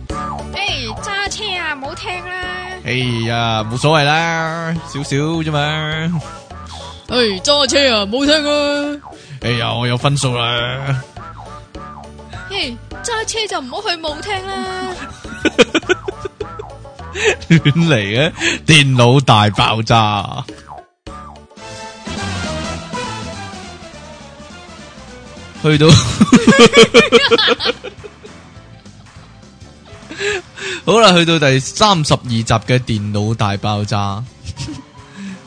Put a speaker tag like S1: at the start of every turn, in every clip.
S1: 誒，揸車啊，唔好聽啦。
S2: 哎呀，冇所謂啦，少少啫嘛。
S1: 誒，揸車啊，唔好聽啊。
S2: 哎呀，我有分數啦。
S1: 誒，揸車就唔好去舞廳啦。
S2: 亂嚟嘅電腦大爆炸。去到 好啦，去到第三十二集嘅電腦大爆炸，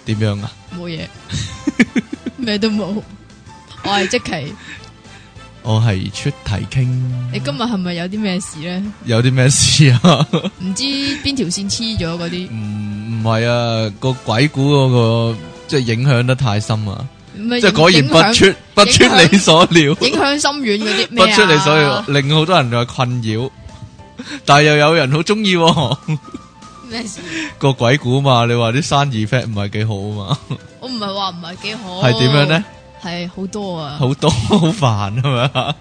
S2: 點樣啊？
S1: 冇 嘢，咩都冇。我係即奇，
S2: 我係出題傾，
S1: 你今日係咪有啲咩事咧？
S2: 有啲咩事啊？
S1: 唔知邊條線黐咗嗰啲，
S2: 唔唔係啊，個鬼故嗰、個即係影響得太深啊！
S1: 即
S2: 即係果然不出不出你所料，
S1: 影響深遠嗰啲
S2: 不
S1: 咩
S2: 出你所料
S1: 啊，
S2: 令好多人就困擾。但係又有人好中意喎
S1: 咩事？
S2: 個鬼故嘛？你話啲生意 fat 唔係幾好啊嘛？
S1: 我唔係話唔係幾好，
S2: 係點樣咧？？
S1: 係好多啊，
S2: 好多 好煩係咪啊！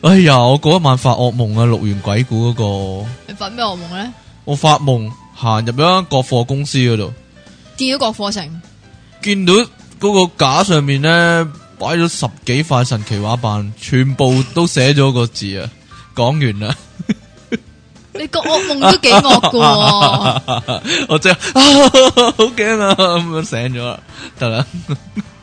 S2: 哎呀，我嗰一晚發惡夢啊，錄完鬼故嗰、個，
S1: 你發咩惡夢咧？
S2: 我發夢行入咗間國貨公司嗰度，
S1: 見到郭富城，
S2: 見到嗰個架上面咧擺咗十幾塊神奇畫板，全部都寫咗個字啊！講完啦。
S1: 你個惡夢都幾惡噶喎，
S2: 我真係啊好驚啊！咁樣醒咗啦，得啦。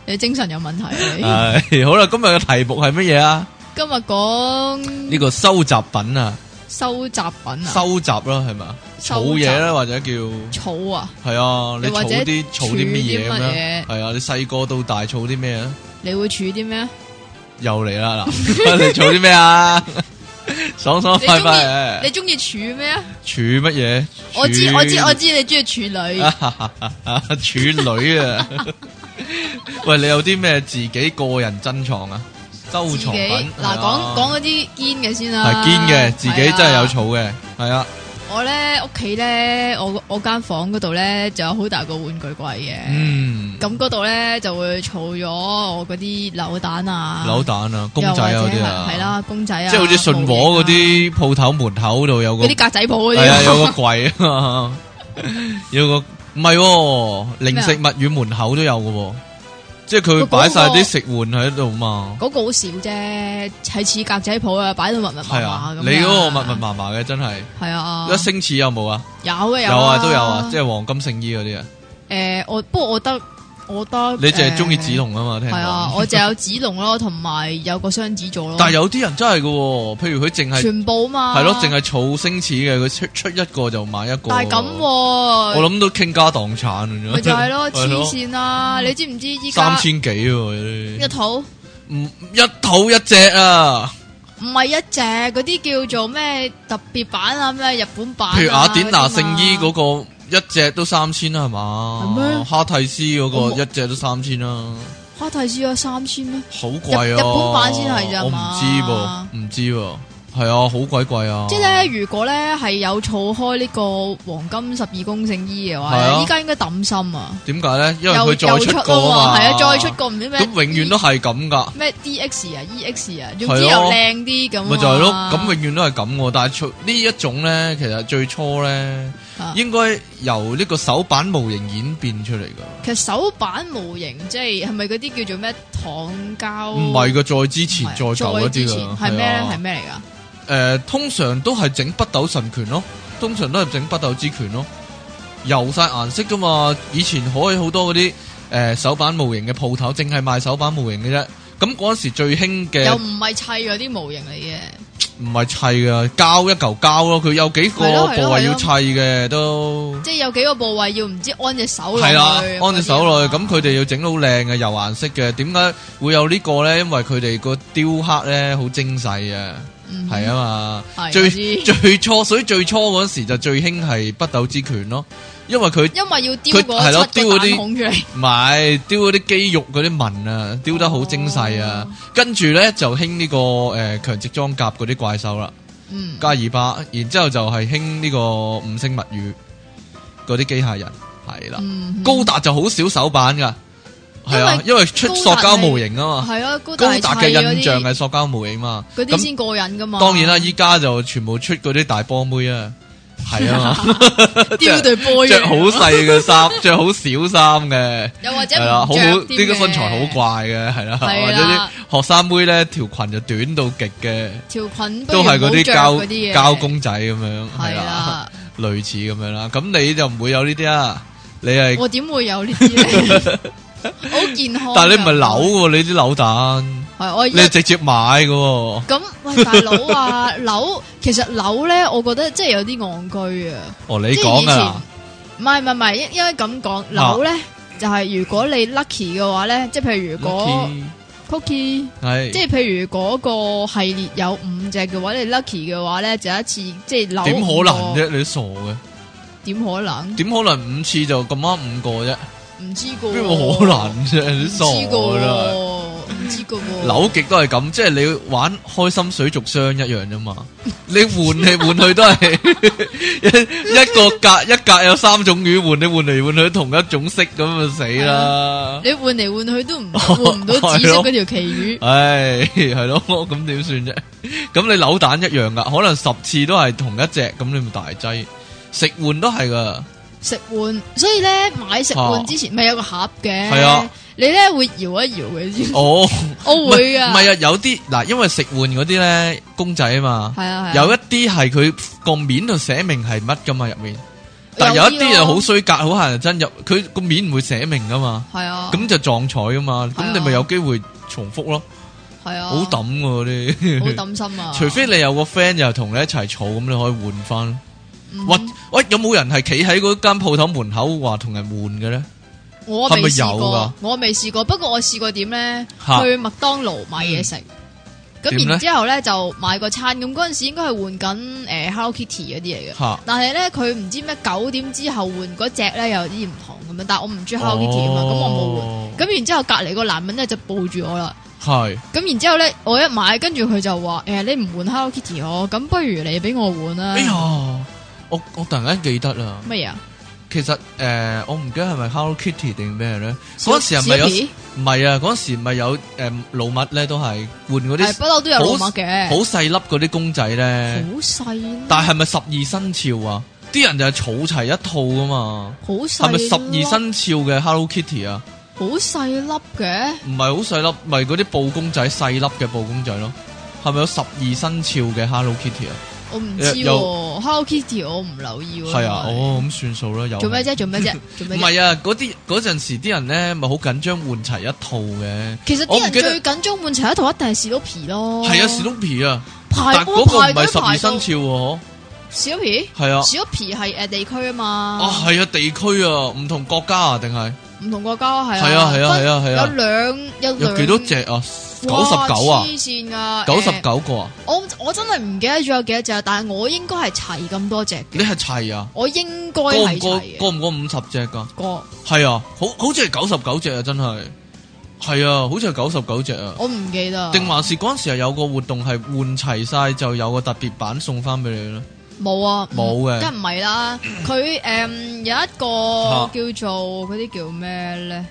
S1: 你精神有問題
S2: À,
S1: 啊！你
S2: 係好啦，今日嘅題目係乜嘢啊？
S1: 今日
S2: 呢
S1: 講
S2: 個收集品啊，
S1: 收集品啊，
S2: 收集啦，係咪啊？
S1: 收
S2: 儲
S1: 集
S2: 嘢啦，或者叫
S1: 草啊，
S2: 係啊，你
S1: 又或者
S2: 儲啲儲啲乜
S1: 儲啲
S2: 嘢咁
S1: 乜
S2: 樣？
S1: 嘢
S2: 係啊，你細個到大儲啲咩啊？
S1: 你會儲啲咩 啊？
S2: 又嚟啦嗱， 你儲啲咩啊？爽爽
S1: 你中
S2: 快
S1: 意
S2: 快
S1: 你，中意儲咩啊？
S2: 儲乜嘢？
S1: 我知
S2: 儲
S1: 我知我知，你中意處女，
S2: 處 女啊！喂，你有啲咩自己個人珍藏啊？收
S1: 自己
S2: 藏品啊
S1: 嗱講講嗰啲堅嘅先
S2: 係
S1: 啦，
S2: 堅嘅，自己真係有
S1: 係啊。
S2: 儲嘅，係啊，
S1: 我咧屋企咧，我我間房嗰度咧就有好大個玩具櫃嘅，
S2: 嗯，
S1: 咁嗰度咧就會儲咗我嗰啲扭蛋啊，
S2: 扭蛋啊，公仔啊嗰啲啊，
S1: 系，啦，公仔啊，
S2: 即係好似信和嗰啲鋪頭門口度有
S1: 模型啊，
S2: 個
S1: 嗰啲格仔鋪嗰
S2: 係啊，有
S1: 啲
S2: 個
S1: 啊，
S2: 櫃啊，有個唔係
S1: 啊
S2: 喎，零食物語門口都有嘅喎，即係佢擺晒啲食玩喺度嘛。
S1: 嗰個好少啫，係似格仔鋪啊，擺到密密麻
S2: 係
S1: 麻
S2: 啊
S1: 咁，樣。
S2: 你嗰個密密麻麻嘅真係，
S1: 係啊，
S2: 一星矢有冇啊？
S1: 有啊
S2: 有啊，都有啊，即係黃金聖衣嗰啲啊。
S1: 誒，我不過我得我得，
S2: 你淨係中意紫
S1: 龍
S2: 龍啊嘛？聽
S1: 係啊，
S2: 講。
S1: 我就有紫龍咯，同埋有個雙子座咯，
S2: 但係有啲人真係嘅喎，譬如佢淨係
S1: 全部嘛，
S2: 係咯，淨係儲星矢嘅，佢出出一個就買一個。
S1: 但係咁喎，
S2: 我諗都傾家蕩產㗎啫
S1: 咪就係 咯，
S2: 係
S1: 黐線啦！你知唔知依
S2: 三
S1: 家
S2: 千幾喎有
S1: 一
S2: 啲，
S1: 套唔
S2: 唔一套一隻啊！
S1: 係一隻嗰啲叫做咩特別版啊，咩日本版啊，
S2: 譬如雅典娜聖衣
S1: 嗰啲嘛
S2: 嗰個一隻都三千啦，係
S1: 係咩
S2: 嘛？哈蒂斯嗰
S1: 我
S2: 個
S1: 冇
S2: 一隻都三千啦。
S1: 哈提斯有三千咩？
S2: 好貴啊！
S1: 日日本版先係咋
S2: 我唔知
S1: 嘛
S2: 噃，唔知喎，係啊，好鬼貴啊！
S1: 即係咧，如果咧係有儲開呢個黃金十二宮聖衣嘅話
S2: 係啊
S1: 咧，依家應該抌心啊！
S2: 點解咧？因為
S1: 又
S2: 佢
S1: 又
S2: 再
S1: 出
S2: 出過
S1: 啊
S2: 嘛，
S1: 係啊，再出過唔知咩
S2: 咁永遠都係咁噶，
S1: 咩 DX 啊、EX 啊，總
S2: 係
S1: 之
S2: 咯
S1: 又靚啲咁啊嘛。
S2: 咪就係咯，咁永遠都係咁喎。但係出呢一種咧，其實最初咧
S1: 啊
S2: 應該由呢個手板模型演變出嚟噶，
S1: 其實手板模型即係係咪嗰啲叫做咩糖膠？
S2: 唔係噶，再之前再舊
S1: 再
S2: 嗰
S1: 之
S2: 啲
S1: 前
S2: 噶，
S1: 係咩咧？係
S2: 啊？
S1: 咩嚟噶？
S2: 誒，通常都係整北斗神拳咯，通常都係整北斗之拳咯，油晒顏色噶嘛。以前可以好多嗰啲誒手板模型嘅鋪頭，淨係賣手板模型嘅啫。咁嗰陣時最興嘅
S1: 又唔係砌嗰啲模型嚟嘅，
S2: 唔係砌噶，膠一嚿膠咯，佢有幾個
S1: 係咯係咯
S2: 部位
S1: 係
S2: 要
S1: 咯
S2: 砌嘅都
S1: 即係有幾個部位要唔知安隻手落
S2: 係
S1: 去
S2: 啦，安隻手落去，
S1: 嗰啲啊
S2: 咁
S1: 嘛
S2: 佢哋要整到好靚嘅，油顏色嘅。點解會有呢個咧？因為佢哋個雕刻咧好精細啊，
S1: 嗯
S2: 係啊嘛。
S1: 係
S2: 最
S1: 我知
S2: 最初，所以最初嗰時就最興係北斗之拳咯，因為佢
S1: 因為要雕
S2: 佢係
S1: 嗰
S2: 咯雕
S1: 七
S2: 嗰
S1: 個
S2: 啲
S1: 彈孔出嚟，
S2: 唔係雕嗰啲肌肉嗰啲紋啊，雕得好精細
S1: 哦
S2: 啊。跟住咧就興呢、個誒、呃、強直裝甲嗰啲怪獸啦。
S1: 嗯，
S2: 加爾巴，然之後就係興呢個五星物語嗰啲機械人，係啦。
S1: 嗯
S2: 高達就好少手板噶，系啊，因为出塑胶模型啊嘛，
S1: 系啊，高
S2: 高
S1: 達
S2: 达嘅印象系塑胶模型嘛。
S1: 嗰啲
S2: 咁
S1: 先過癮噶嘛。
S2: 當然啦，，依家就全部出嗰啲大波妹啊，係啊嘛，
S1: 丟對波
S2: 着好細嘅 衫，着好少衫嘅，
S1: 又或者
S2: 係
S1: 唔
S2: 啦，好好
S1: 着
S2: 呢個身材好
S1: 怪。
S2: 怪嘅，係啦，
S1: 係
S2: 或者啲
S1: 啦
S2: 學生妹咧條裙就短到極嘅，
S1: 條裙
S2: 都係
S1: 係
S2: 嗰
S1: 啲
S2: 膠
S1: 啲
S2: 膠公仔咁樣，係
S1: 係
S2: 啦，
S1: 啦。
S2: 類似咁樣啦。咁你就唔會有呢啲啊，你係，
S1: 我點會有呢啲 咧？好健康㗎。
S2: 但係你唔係扭喎，你啲扭蛋，
S1: 係我
S2: 你係直接買嘅喎。
S1: 咁喂，大 佬啊，樓其實樓咧，我覺得真係有啲戇居啊。
S2: 哦，你
S1: 即係以
S2: 講
S1: 前
S2: 啊，
S1: 唔係唔係唔係，應應該咁講樓咧。就係如果你 lucky 嘅話咧，即係譬如嗰
S2: Lucky，
S1: cookie，
S2: 係
S1: 即係譬如嗰個系列有五隻嘅話，你 lucky 嘅話咧就一次即係扭。
S2: 點可能？啫？你傻嘅。
S1: 點可能？
S2: 点可能五次就咁啱五個啫？
S1: 唔知個喎。
S2: 邊有可能啫？你
S1: 唔
S2: 傻
S1: 知個
S2: 啦！
S1: 喎，唔知個喎。
S2: 扭極都係咁，即係你玩開心水族箱一樣啫嘛。 你換嚟換去都係 一一個格一格有三種魚換，你換嚟換去同一種色咁就死啦！
S1: 你換嚟換去都 唔換唔到紫色嗰條旗魚。
S2: 唉，係咯，咁點算啫？咁你扭蛋一樣噶，可能十次都係同一隻，咁你咪大劑。食換都係噶，
S1: 食碗，所以咧買食碗之前咪有個盒嘅，
S2: 啊係啊，
S1: 你咧會搖一搖嘅 先，
S2: 哦，
S1: 我會
S2: 唔
S1: 噶，
S2: 係啊，有啲嗱，因為食換嗰啲咧公仔啊嘛，
S1: 係啊係啊，
S2: 有一啲係佢個面度寫明係乜噶嘛入面，但係有一啲
S1: 咯
S2: 又好衰格，好乞人憎入，佢個面唔會寫明噶嘛，
S1: 係啊，
S2: 咁就撞彩噶嘛，
S1: 係
S2: 咁
S1: 啊
S2: 你咪有機會重複咯，
S1: 係啊，
S2: 好抌㗎嗰
S1: 好
S2: 啲，
S1: 抌心啊，
S2: 除非你有個 friend 又同你一齊儲，咁你可以換翻。
S1: 嗯
S2: 喂喂，有冇人係企喺嗰間鋪頭門口話同人換嘅咧？
S1: 我
S2: 係咪
S1: 未試
S2: 有㗎
S1: 過，我未試過，不過我試過點咧，
S2: 嚇嗯
S1: 去麥當勞買嘢食，
S2: 點
S1: 咁
S2: 咧
S1: 然之後咧就買個餐，咁嗰陣時應該係換緊誒 Hello Kitty 嗰啲嚟嘅。
S2: 吓，
S1: 但係咧，佢唔知咩九點之後換嗰只咧有啲唔同咁樣，但我唔中意
S2: 哦
S1: Hello Kitty 啊嘛，咁我冇換。咁然之後隔離個男人咧就抱住我啦，
S2: 冇哦換。係
S1: 咁然之後咧我一買，跟住佢就話：誒、你唔換 Hello Kitty 我，咁不如你俾我換啦。
S2: 哎呀，我我突然間記得啦，
S1: 乜嘢啊？
S2: 其實誒，我唔記得係咪 Hello Kitty 定咩咧？嗰陣時係咪有？
S1: 小
S2: 唔係啊，嗰時咪有诶老麥咧，都係換嗰
S1: B？係不
S2: 啲
S1: 嬲都有
S2: 好
S1: 老麥嘅，
S2: 好細粒嗰啲公仔咧。
S1: 好細
S2: 但
S1: 啦，
S2: 係咪十二生肖啊？啲人就係儲齊一套噶嘛。
S1: 好細
S2: 係咪
S1: 啦，
S2: 十二生肖嘅 Hello Kitty 啊？
S1: 好細粒嘅？
S2: 唔係好細粒，咪嗰啲布公仔細粒嘅布公仔咯。係咪有十二生肖嘅 Hello Kitty 啊？
S1: 我唔
S2: 誒
S1: 知
S2: 有
S1: 喎，Hello Kitty 我唔留意喎。
S2: 係啊，
S1: 因為
S2: 哦咁算數啦，有
S1: 做咩啫？做咩 啫？做
S2: 唔
S1: 咩啫？
S2: 係啊，嗰啲嗰陣時啲人咧咪好緊張換齊一套嘅。
S1: 其實
S2: 我
S1: 啲
S2: 唔
S1: 人
S2: 記得
S1: 最緊張換齊一套一定係史努皮咯。
S2: 係啊，史努比啊，
S1: 排
S2: 但
S1: 波
S2: 嗰個唔
S1: 排
S2: 係
S1: 隊
S2: 十二
S1: 排
S2: 生
S1: 到
S2: 肖喎，
S1: 史努皮。
S2: 嗬係啊。
S1: 小皮係誒地區啊嘛，
S2: 啊，系啊，地區啊，唔同國家啊，定係
S1: 唔同國家係
S2: 係啊係啊
S1: 分
S2: 係啊係啊
S1: 有兩有
S2: 有
S1: 兩
S2: 幾多隻啊？九十九
S1: 哇
S2: 啊，
S1: 黐線噶，
S2: 九
S1: 誒
S2: 十九個啊，
S1: 我我真係唔記得咗有幾多隻，但係我應該係齊咁多隻
S2: 你
S1: 嘅，
S2: 係齊啊？
S1: 我應該
S2: 過唔
S1: 係
S2: 過
S1: 齊嘅啊
S2: 過唔過五十隻噶？
S1: 個，
S2: 係啊，好好似係九十九隻啊，真係係啊，好似係九十九隻啊。
S1: 我唔記得，
S2: 定還是嗰陣時係有個活動係換齊晒，就有個特別版送翻俾你咯。
S1: 冇啊
S2: 冇嘅
S1: 梗唔係啦，佢誒
S2: 啊
S1: 有一個叫做嗰啲叫咩咧？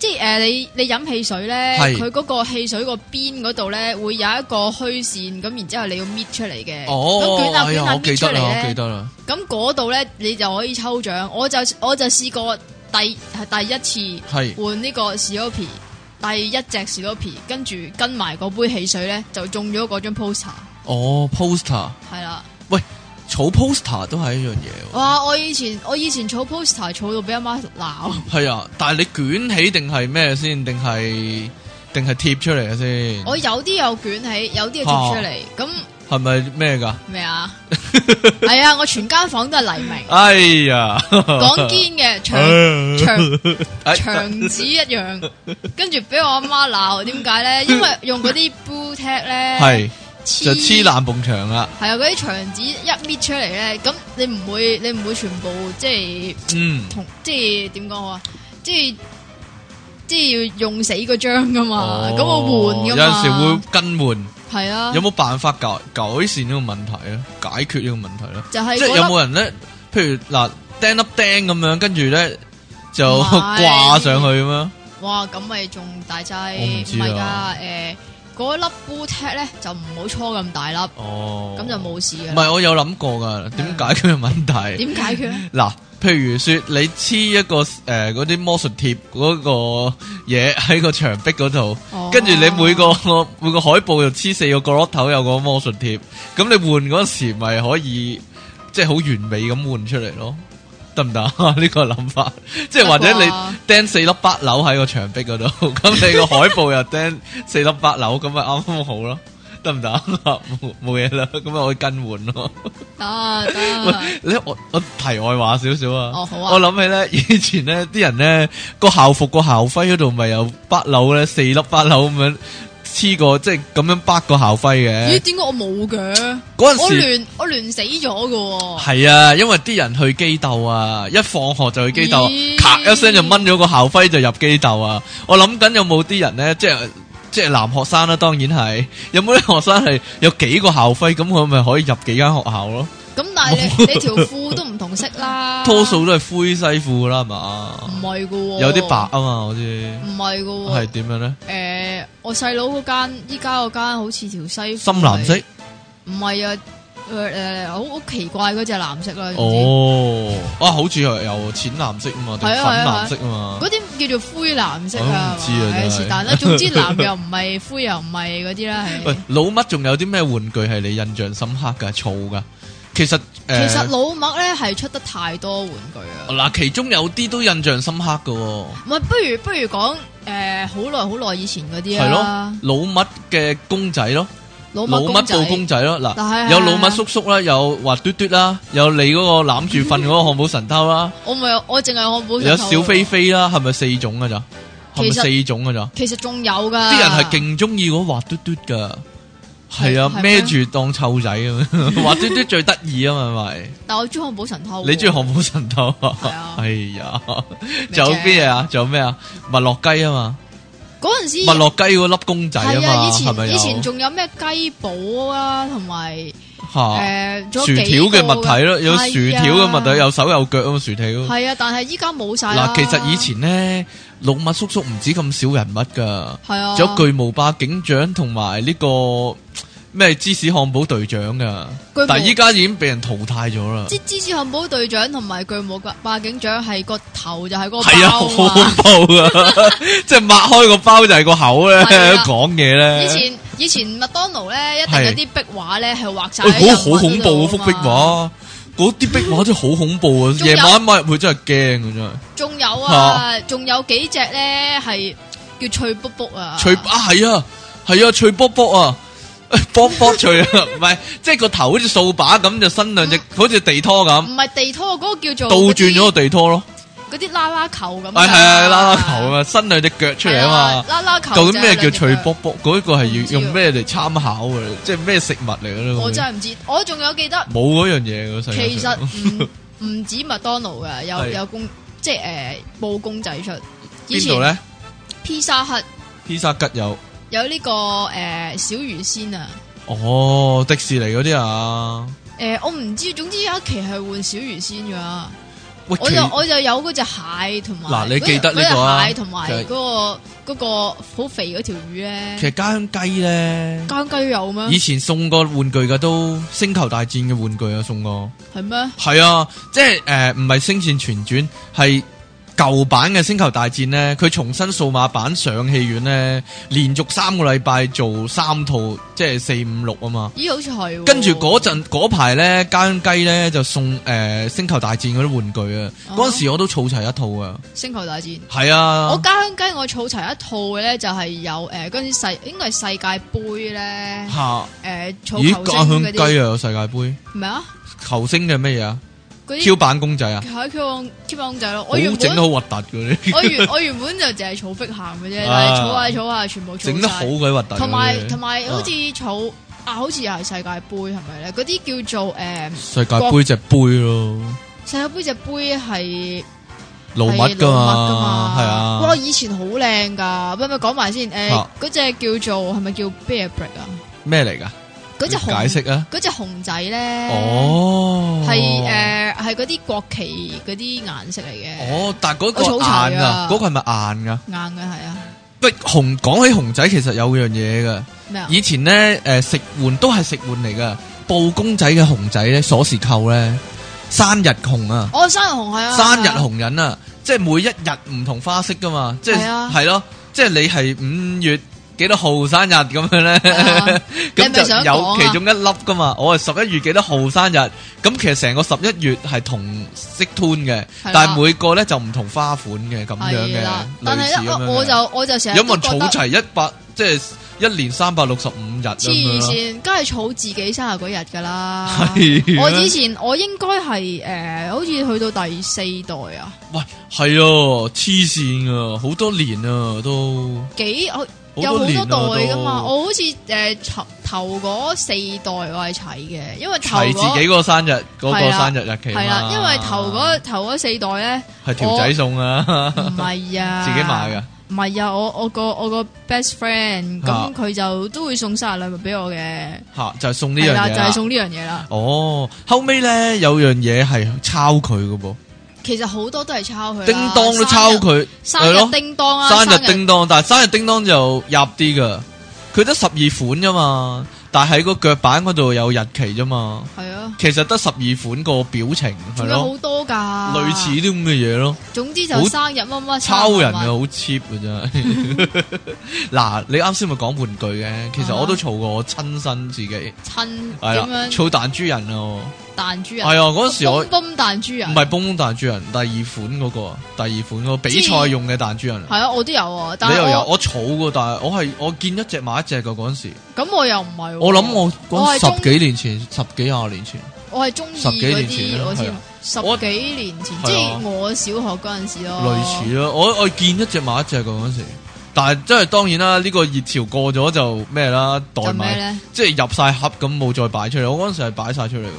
S1: 即係誒，你你飲汽水咧，
S2: 係
S1: 佢嗰個汽水個邊嗰度咧，會有一個虛線，咁然之後你要搣出嚟嘅，咁
S2: 哦
S1: 捲，下啊捲
S2: 哎呀，
S1: 下
S2: 我記
S1: 搣出
S2: 得
S1: 嚟
S2: 啦，我記
S1: 咧，
S2: 得啦，
S1: 咁嗰度咧你就可以抽獎。我就我就試過第係第一次
S2: 係
S1: 換呢個士多啤，第一隻士多啤，跟住跟埋嗰杯汽水咧就中咗嗰張 poster，
S2: 哦，poster，
S1: 係啦。
S2: 儲 poster 都係一樣嘢
S1: 哇！我以前我以前儲 poster 儲到俾阿媽鬧，
S2: 喎。係啊，但係你捲起定係咩先？定係定係貼出嚟嘅先？
S1: 我有啲又捲起，有啲又貼出
S2: 啊
S1: 嚟，咁
S2: 系咪咩噶？
S1: 咩 啊？係啊！我全間房都係黎明，
S2: 哎呀，
S1: 講 堅嘅
S2: 哎
S1: 長
S2: Ừ.
S1: 長長紙一樣，跟住俾我阿媽鬧，點解 咧？因為用嗰啲 blue tag 咧，
S2: 系就黐
S1: 係
S2: 烂埲牆啦。
S1: 啊！嗰啲長紙一搣出嚟咧，咁你唔會你唔會全部即
S2: 嗯
S1: 係，同即係點講好啊？即係即係要用死嗰張噶嘛，咁我換
S2: 哦有
S1: 噶嘛。
S2: 阵时会更換，
S1: 系啊，
S2: 有冇辦法改改善呢個問題咧？解決呢個問題咧？
S1: 就係
S2: 即
S1: 嗰
S2: 係有
S1: 粒
S2: 冇人咧？譬如嗱，钉粒釘咁樣，跟住咧就
S1: 唔係
S2: 掛上去咁樣，
S1: 哇，咁咪仲大劑，
S2: 我唔
S1: 唔
S2: 知啊
S1: 係噶，诶，嗰粒煲踢咧就唔好搓咁大粒，
S2: 哦，
S1: 咁就。冇事
S2: 唔
S1: 噶啦。
S2: 係，我有諗過噶，點解決問題？
S1: 點 解決咧？
S2: 嗱，譬如說你黐一個诶嗰啲魔術貼嗰個嘢喺個牆壁嗰度，
S1: 哦
S2: 跟住你每個 每個海報就黐四個角落頭有個魔術貼，咁你換嗰時咪可以即係好完美咁換出嚟咯，得唔得啊？ 呢個諗法，即係或者你
S1: 得啩
S2: 釘四粒八樓喺個牆壁嗰度， 咁你個海報又釘四粒八樓，咁咪啱啱好咯。得唔得啊？ 冇冇嘢啦，咁咪可以更換咯。
S1: 得得，
S2: 喂你我我題外話少少啊。
S1: 哦好啊
S2: 我諗起咧，以前咧啲人咧個校服個校徽嗰度咪有八樓咧，四粒八樓咁樣黐個，即係咁樣八個校徽
S1: 咦？
S2: 嘅。
S1: 點解我冇嘅？
S2: 嗰
S1: 我
S2: 陣時
S1: 亂我亂死咗噶。
S2: 係啊，因為啲人去機鬥啊，一放學就去機鬥啊，
S1: 咦
S2: 咔一聲就掹咗個校徽就入機鬥啊。我諗緊有冇啲人咧，即係。即係男學生啦、當然係有冇啲學生係有幾個校徽，咁佢咪可以入幾間學校咯？
S1: 咁但係你你條褲都唔同色啦。
S2: 多數都係灰西褲啦，係嘛？
S1: 唔係噶。
S2: 有啲白啊。嘛，我知
S1: 唔係噶喎
S2: 係。點樣咧？
S1: 诶、我細佬嗰間，依家嗰間好似條西褲
S2: 深藍色
S1: 係，唔係啊，诶、诶，好好奇怪嗰只藍色啦，總
S2: 哦，啊，好似又有淺藍色啊嘛，定
S1: 係
S2: 粉
S1: 啊
S2: 藍色啊嘛
S1: 之，嗰啲叫做灰藍色啊，
S2: 我唔知啊
S1: 係
S2: 真係
S1: 是 但啦，總之藍又唔係，灰又唔係嗰啲啦，
S2: 喂
S1: 係。，
S2: 老乜仲有啲咩玩具係你印象深刻噶？醋噶，其實
S1: 其
S2: 诶，
S1: 實
S2: 嗱、
S1: 老麥咧係出得太多玩具啊，
S2: 其中有啲都印象深刻噶、喎。
S1: 唔係不如不如講诶，好耐好耐以前嗰啲
S2: 係
S1: 啦
S2: 咯，，老乜嘅公仔咯，
S1: 老
S2: 老
S1: 麥
S2: 乜
S1: 仔
S2: 布公仔咯，
S1: 但係
S2: 嗱，有老乜叔叔啦，有滑嘟嘟啦，有你嗰個攬住瞓嗰個漢堡神偷 啦，
S1: 我咪有我淨係我冇
S2: 有小飛，飛啦，係咪四種噶咋？係咪
S1: 啊其實
S2: 四種噶咋？
S1: 其實仲有噶，
S2: 啲人係勁中意嗰滑嘟嘟噶，係啊，
S1: 係咩
S2: 孭住當臭仔咁 樣，滑嘟嘟最得意啊嘛，係
S1: 但我中意漢堡神偷啊喎，
S2: 咪？你中意漢堡神偷
S1: 哦係
S2: 啊
S1: 啊？
S2: 哎呀，仲有咩啊？仲有咩啊？麥樂雞啊嘛，
S1: 嗰陣時
S2: 麥樂雞嗰粒公仔啊
S1: 係啊，
S2: 嘛，
S1: 以
S2: 係
S1: 前
S2: 咪
S1: 以前
S2: 有？
S1: 仲有咩雞堡啊，同埋
S2: 吓，
S1: 誒仲
S2: 啊薯
S1: 有
S2: 條
S1: 幾個
S2: 嘅物體咯，有薯條嘅物體，
S1: 係啊
S2: 有手有腳啊嘛，薯條。
S1: 係啊，但係依家冇晒啦
S2: 嗱，其實以前咧，老麥叔叔唔止咁少人物噶。
S1: 係啊，
S2: 仲有巨無霸警長同埋呢個咩芝士漢堡隊長噶
S1: 巨無，
S2: 但系依家已經俾人淘汰咗啦。
S1: 芝芝士漢堡隊長同埋巨無霸警長係個頭就係嗰個
S2: 係啊，好
S1: 包啊
S2: 恐怖啊！ 即係擘開個包就係個口咧，
S1: 係啊
S2: 講嘢咧。
S1: 以前以前麥當勞咧，一定有啲壁畫咧係畫晒
S2: 喂
S1: 喺
S2: 嗰
S1: 人
S2: 個
S1: 物
S2: 好恐
S1: 嗰
S2: 怖嗰幅
S1: 度啊
S2: 壁畫，嗰啲壁畫真係好恐怖啊！
S1: 仲有
S2: 夜晚一抹入去真係驚啊！
S1: 仲有啊，仲有幾隻咧係叫脆卜卜啊，
S2: 真係脆啊，係啊，係啊，脆卜卜啊！卜卜脆啊，唔係，即係個頭好似掃把咁，就伸兩隻，好似地拖咁
S1: 唔，係地拖嗯嗰個叫做
S2: 倒轉咗個地拖咯。
S1: 嗰啲啦啦球咁㗎，
S2: 系系啦啦球啊嘛，伸兩隻腳出嚟啊嘛。
S1: 係啦啦球
S2: 究竟咩叫
S1: 就係
S2: 脆
S1: 兩隻腳
S2: 卜卜？嗰個係
S1: 唔知
S2: 要
S1: 啊
S2: 用咩嚟參考嘅？即係咩食物嚟嘅咧？
S1: 我
S2: 咁樣
S1: 真係唔知，我仲有記得，
S2: 冇嗰樣嘢嘅世界
S1: 其實
S2: 上
S1: 唔唔止麥當勞嘅，有
S2: 啊係
S1: 有公即係诶冇公仔出。以
S2: 邊度
S1: 前
S2: 咧？
S1: 披薩克
S2: 披薩吉有
S1: 有呢個诶小魚仙啊，
S2: 哦，迪士尼嗰啲啊。
S1: 诶呃我唔知，總之有一期係換小魚仙㗎。
S2: 喂，
S1: 我
S2: 其
S1: 就我就有嗰只蟹同埋
S2: 嗱你
S1: 嗰
S2: 記得呢個啊
S1: 嗰隻蟹同埋
S2: 就係
S1: 嗰個嗰個好肥嗰條魚
S2: 其
S1: 咧，
S2: 實家鄉雞咧，
S1: 間雞有咩
S2: 以？前送過玩具嘅都星球大戰嘅玩具啊，送過。
S1: 係咩？
S2: 係啊，即係诶，唔係星戰全傳，係舊版嘅星球大戰呢，佢重新數碼版上戲院呢，連續三個禮拜做三套，即係四五六啊嘛。
S1: 咦，好似係喎。
S2: 跟住嗰陣嗰排呢，家鄉雞呢就送诶、呃星球大戰嗰啲玩具啊，
S1: 哦
S2: 嗰陣時我都儲齊一套啊，
S1: 星球大戰。
S2: 係啊，
S1: 我家鄉雞我儲齊一套嘅咧，就係有呃誒嗰陣時世應該係世界盃咧，
S2: 吓，
S1: 誒儲
S2: 咦
S1: 啊呃球
S2: 家
S1: 星嗰
S2: 鄉雞啊
S1: 啲
S2: 有世界盃
S1: 咩啊？
S2: 球星嘅乜嘢啊
S1: 嗰
S2: ？Q
S1: 啲
S2: 版公仔啊，
S1: 喺 Q 網 Q 網仔咯。
S2: 好
S1: 我原本
S2: 整得好核突嗰啲，
S1: 我原我原本就淨係儲碧咸嘅啫，但係
S2: 啊
S1: 儲下儲下全部
S2: 整
S1: 儲
S2: 得好啊
S1: 晒。
S2: 鬼核突嗰啲。
S1: 同埋同埋好似儲啊，好似又係世界盃係咪咧？嗰啲叫做誒
S2: 世界盃隻杯咯。
S1: 世界盃只杯係
S2: 老
S1: 係
S2: 麥噶
S1: 老麥㗎
S2: 嘛，係啊，
S1: 哇！以前好靚㗎，喂喂，講埋先誒
S2: 啊，
S1: 嗰只叫做係咪叫 Bear Brick 啊？
S2: 咩嚟噶？
S1: 嗰只
S2: 解
S1: 紅
S2: 釋啊，
S1: 嗰只熊仔咧。
S2: 哦，
S1: 系诶系係嗰啲國旗嗰啲顏色嚟嘅，
S2: 哦，但係嗰個
S1: 我儲齊
S2: 硬噶
S1: 啊，
S2: 嗰個係咪硬噶？
S1: 硬嘅係啊，
S2: 喂，熊講起熊仔，其實有樣嘢噶。
S1: 咩啊？
S2: 以前咧，诶、食玩都係食玩嚟噶，布公仔嘅熊仔咧，鎖匙扣咧，生日熊啊，
S1: 哦，生日紅係啊，
S2: 生日
S1: 係啊
S2: 熊人啊，即係每一日唔同花式噶嘛，即係
S1: 係啊
S2: 係咯，即係你係五月幾多號生日咁樣咧，
S1: 係啊你
S2: 咁
S1: 係咪
S2: 就
S1: 想
S2: 有
S1: 講
S2: 其
S1: 啊
S2: 中一粒噶嘛，我係十一月幾多號生日，咁其實成個十一月係同色 tone 嘅，
S1: 係啦啊
S2: 但係每個咧就唔同花款嘅咁樣
S1: 係
S2: 嘅
S1: 啦，，但
S2: 類
S1: 係
S2: 似
S1: 咧
S2: 咁樣嘅
S1: 我我就我就成日
S2: 有冇
S1: 都
S2: 人
S1: 覺
S2: 儲
S1: 得
S2: 齊一百即係一年三百六十五日咁
S1: 黐
S2: 樣啊？
S1: 線，梗係儲自己生日嗰日㗎啦。
S2: 係啊
S1: 我以前我應該係誒，好似去到第四代啊，
S2: 喂，係啊，黐線啊，好多年啊都，
S1: 幾我
S2: 好
S1: 有好
S2: 年
S1: 多
S2: 啊
S1: 代噶嘛，
S2: 都
S1: 我好似誒頭頭嗰四代我係齊嘅，因為頭
S2: 齊自
S1: 嗰
S2: 己個生日嗰個
S1: 係啦
S2: 生日日期
S1: 係啦，因為頭嗰頭嗰四代咧
S2: 係條仔送啊，
S1: 唔係啊，
S2: 自己買㗎。
S1: 唔係啊，我我個我個 best friend
S2: 啊
S1: 咁佢就都會送生日禮物俾我嘅，
S2: 吓就係送呢
S1: 係
S2: 樣
S1: 啦
S2: 嘢啊
S1: 就係
S2: 啦。
S1: 送呢樣嘢啦。
S2: 哦，後尾咧有樣嘢係抄佢噶
S1: 其實好多都係抄佢啦，
S2: 噃，叮當都抄佢，
S1: 生
S2: 係
S1: 日，生
S2: 咯
S1: 日叮當啊，
S2: 生日
S1: 生日
S2: 叮當，但係生日叮當就入啲噶，佢得十二款噶嘛，但係喺個腳板嗰度有日期啫嘛。
S1: 係啊，
S2: 其實得十二款個表情係
S1: 仲有
S2: 咯，
S1: 好啊多㗎，
S2: 類似。啲咁嘅嘢咯，
S1: 總之就
S2: 好
S1: 生日乜乜
S2: 抄人嘅
S1: 啊，
S2: 好 cheap 嘅真係。嗱，你啱先咪講玩具嘅，其實我都嘈過我親身自己
S1: 親
S2: 係
S1: 啊點
S2: 啦，
S1: 樣
S2: 嘈彈珠人啊，
S1: 彈珠
S2: 係
S1: 人？哦
S2: 啊，嗰時我
S1: 崩崩彈珠人
S2: 唔係崩彈珠人，第二款嗰個，第二款嗰個比賽用嘅彈珠人，
S1: 係啊，我都有啊，但
S2: 你
S1: 係
S2: 又有
S1: 我
S2: 我儲過，但係我係我見一隻買一隻嘅嗰陣時，
S1: 咁我又唔係喎。
S2: 我諗我
S1: 哦我
S2: 嗰
S1: 係中
S2: 十幾年前，十幾廿年前，
S1: 我係中意
S2: 十幾
S1: 嗰
S2: 年前
S1: 啲
S2: 啦
S1: 我
S2: 係
S1: 先
S2: 啊我
S1: 十幾年前，
S2: 係啊
S1: 即係我小學嗰陣時咯。
S2: 類似咯，我我見一隻買一隻嘅嗰陣時，但係真係當然啦，呢、個熱潮過咗就咩啦，代
S1: 就咩
S2: 買
S1: 咧？
S2: 即係入晒盒咁冇再擺出嚟，我嗰陣時係擺晒出嚟嘅，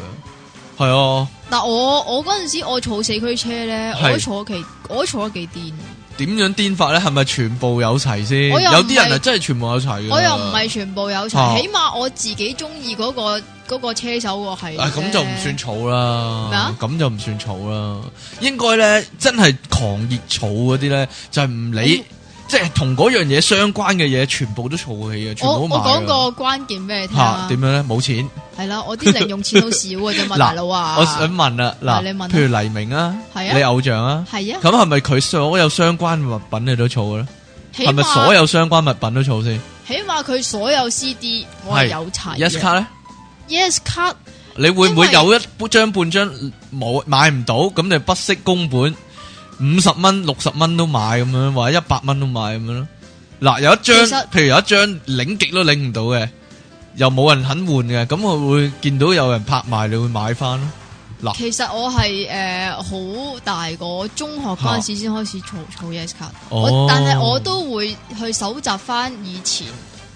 S2: 係啊，
S1: 嗱，我我嗰陣時我坐四驅車咧，
S2: 係
S1: 我坐幾我坐得幾癲，
S2: 點樣癲法咧？係咪全部有齊先？
S1: 我又唔係
S2: 有啲人係真係全部有齊嘅，
S1: 我又唔係全部有
S2: 啊
S1: 齊，起碼我自己中意嗰個嗰個車手個係。
S2: 啊，咁就唔算。儲
S1: 咩
S2: 啦
S1: 啊，
S2: 咁就唔算儲啦。應該咧，真係狂熱儲嗰啲咧，就係唔理，即係同嗰樣嘢相關嘅嘢，全部都儲起嘅，全
S1: 我
S2: 部都
S1: 我
S2: 買
S1: 講
S2: 嘅。
S1: 個關鍵俾你聽
S2: 嚇
S1: 啊
S2: 點，樣咧？冇錢。
S1: 係啦，我啲零用錢好少嘅 啫嘛，
S2: 嗱
S1: 大佬啊，
S2: 我想問啦，嗱，
S1: 係你問啊
S2: 譬如黎明啊，
S1: 係啊
S2: 你偶像啊，
S1: 係啊，
S2: 咁係咪佢所有相關物品你都儲嘅咧？
S1: 起
S2: 係咪所
S1: 碼
S2: 有相關物品都儲先
S1: 起碼佢所有 CD 我係有齊嘅
S2: ？Yes 啊卡咧，
S1: Yes card
S2: 你會唔會
S1: 因為
S2: 有一張半張冇買唔到，咁你不惜公本五十蚊、六十蚊都買咁樣，或者一百蚊都買咁樣咯？嗱，有一張，
S1: 其實
S2: 譬如有一張領極都領唔到嘅，又冇人肯換嘅，咁我會見到有人拍賣，你會買翻咯。
S1: 其實我係誒好大個，中學嗰陣時先開始儲儲 yes 卡，
S2: 哦
S1: 我但係我都會去搜集翻以前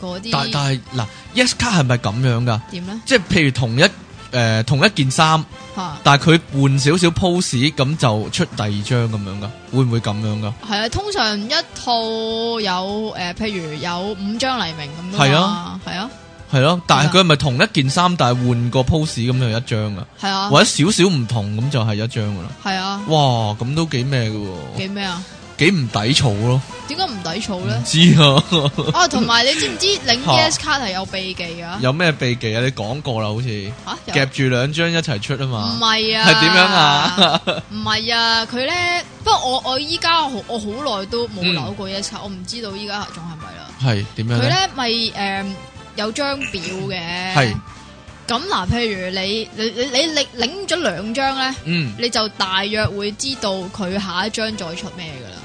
S1: 嗰
S2: 但
S1: 啲
S2: 但係嗱，Yes 卡係咪咁樣噶？
S1: 點咧
S2: 即係譬如同一誒、呃同一件衫，
S1: 嚇，
S2: 但係佢換少少 pose 咁就出第二張咁樣噶，會唔會咁樣噶？
S1: 係啊，通常一套有誒譬如有五張黎明咁
S2: 係
S1: 㗎
S2: 啊
S1: 嘛，係啊，
S2: 係咯，但係
S1: 係
S2: 佢係咪同一件衫，但係換個 pose 咁就一張噶，
S1: 係啊
S2: 或，者少少唔同咁就係一張噶啦。
S1: 係啊，
S2: 哇，咁都幾咩嘅喎，
S1: 幾咩啊？
S2: 幾唔抵儲 咯，
S1: 點解唔抵儲
S2: 唔
S1: 咧？
S2: 知啊，
S1: 啊，同埋你知唔知領
S2: 嚇
S1: yes 卡係有秘技㗎？
S2: 有咩秘技啊？你講過啦，好似
S1: 嚇有
S2: 夾住兩張一齊出
S1: 唔
S2: 啊嘛，
S1: 係啊，
S2: 係點樣？啊？
S1: 唔係啊，佢咧，不過我我依家好我好耐都冇
S2: 嗯
S1: 扭過 yes 卡，我唔知道依家仲係咪啦。
S2: 係點樣
S1: 佢
S2: 咧？
S1: 咧咪誒有張表嘅，
S2: 係
S1: 咁嗱，譬如你你你你領領咗兩張咧，
S2: 嗯，
S1: 你就大約會知道佢下一張再出咩噶啦。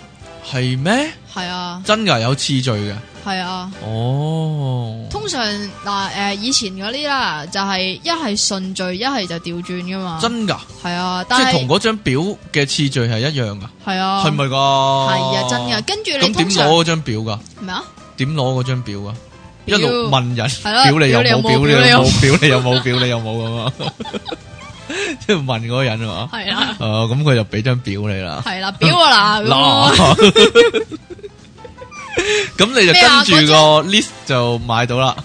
S2: 係咩？
S1: 係啊，
S2: 真㗎有次序嘅，
S1: 係啊。
S2: 哦。
S1: 通常嗱誒、以前嗰啲啦，就係一係順序，一係就調轉噶嘛。
S2: 真噶，
S1: 係啊，
S2: 即
S1: 但
S2: 系同
S1: 係
S2: 嗰張表嘅次序係一樣噶，
S1: 係啊，
S2: 係咪噶？
S1: 係
S2: 係
S1: 啊，真嘅。。跟住你
S2: 咁點
S1: 通
S2: 攞
S1: 常
S2: 嗰張表噶？
S1: 咩啊？
S2: 點攞嗰張表噶？一
S1: 表
S2: 路問人，
S1: 啦
S2: 表你有
S1: 表
S2: 冇？表
S1: 你
S2: 你
S1: 有
S2: 有
S1: 冇
S2: 冇？表你有冇？ 表你有冇咁啊？即係問嗰個人啊嘛。
S1: 係啦。
S2: 诶，咁佢就俾張表你啦。
S1: 系啦，表啊嗱，咁
S2: 嗱
S1: 啊，
S2: 咁你就
S1: 咩啊
S2: 跟住個 list 就買到啦，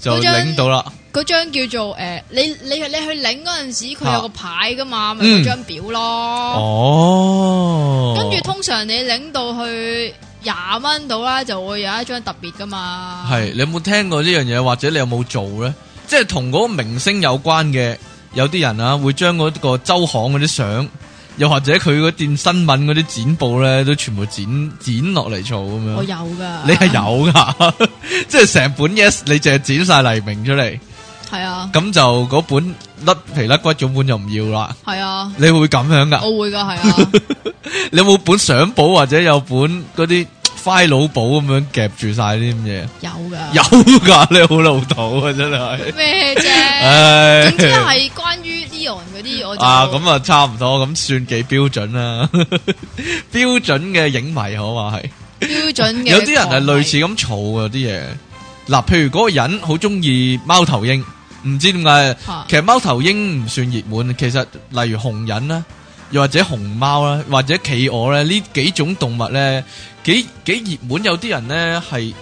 S2: 就
S1: 啊嗰張
S2: 領到啦。
S1: 嗰張叫做诶，你你你去領嗰陣時，佢有個牌噶嘛，咪
S2: 啊嗯
S1: 嗰張表咯。
S2: 哦，
S1: 跟住通常你領到去廿蚊到啦，就會有一張特別噶嘛。
S2: 系你有冇聽過呢樣嘢，或者你有冇做咧？即係同嗰個明星有關嘅，有啲人啊會將嗰個周刊嗰啲相，又或者佢嗰段新聞嗰啲剪報咧，都全部剪剪落嚟做咁
S1: 我
S2: 樣。
S1: 有啊噶。
S2: 你係有噶， 即係成本 yes，你淨係剪晒黎明出嚟，
S1: 係啊，
S2: 咁就嗰本甩皮甩骨嗰本就唔要啦。
S1: 係啊，
S2: 你會咁樣噶？
S1: 我會噶，係 啊，
S2: 你有冇本相簿或者有本嗰啲 file 簿咁樣夾住晒啲咁嘢？
S1: 有噶。
S2: 有噶，你好老土啊，真係。
S1: 咩啫？
S2: 唉
S1: 總之係關於 Leon 嗰啲，我就
S2: 啊，咁啊差唔多，咁算幾標準啦， 標準嘅影迷可話係。
S1: 標準嘅。
S2: 有啲人係類似咁嘈啊啲嘢，嗱，譬如嗰個人好中意貓頭鷹，唔知點解。
S1: 嚇
S2: 其實貓頭鷹唔算熱門，其實例如紅人啦，又或者熊貓啦，或者企鵝咧，呢幾種動物咧，幾幾熱門。有啲人咧係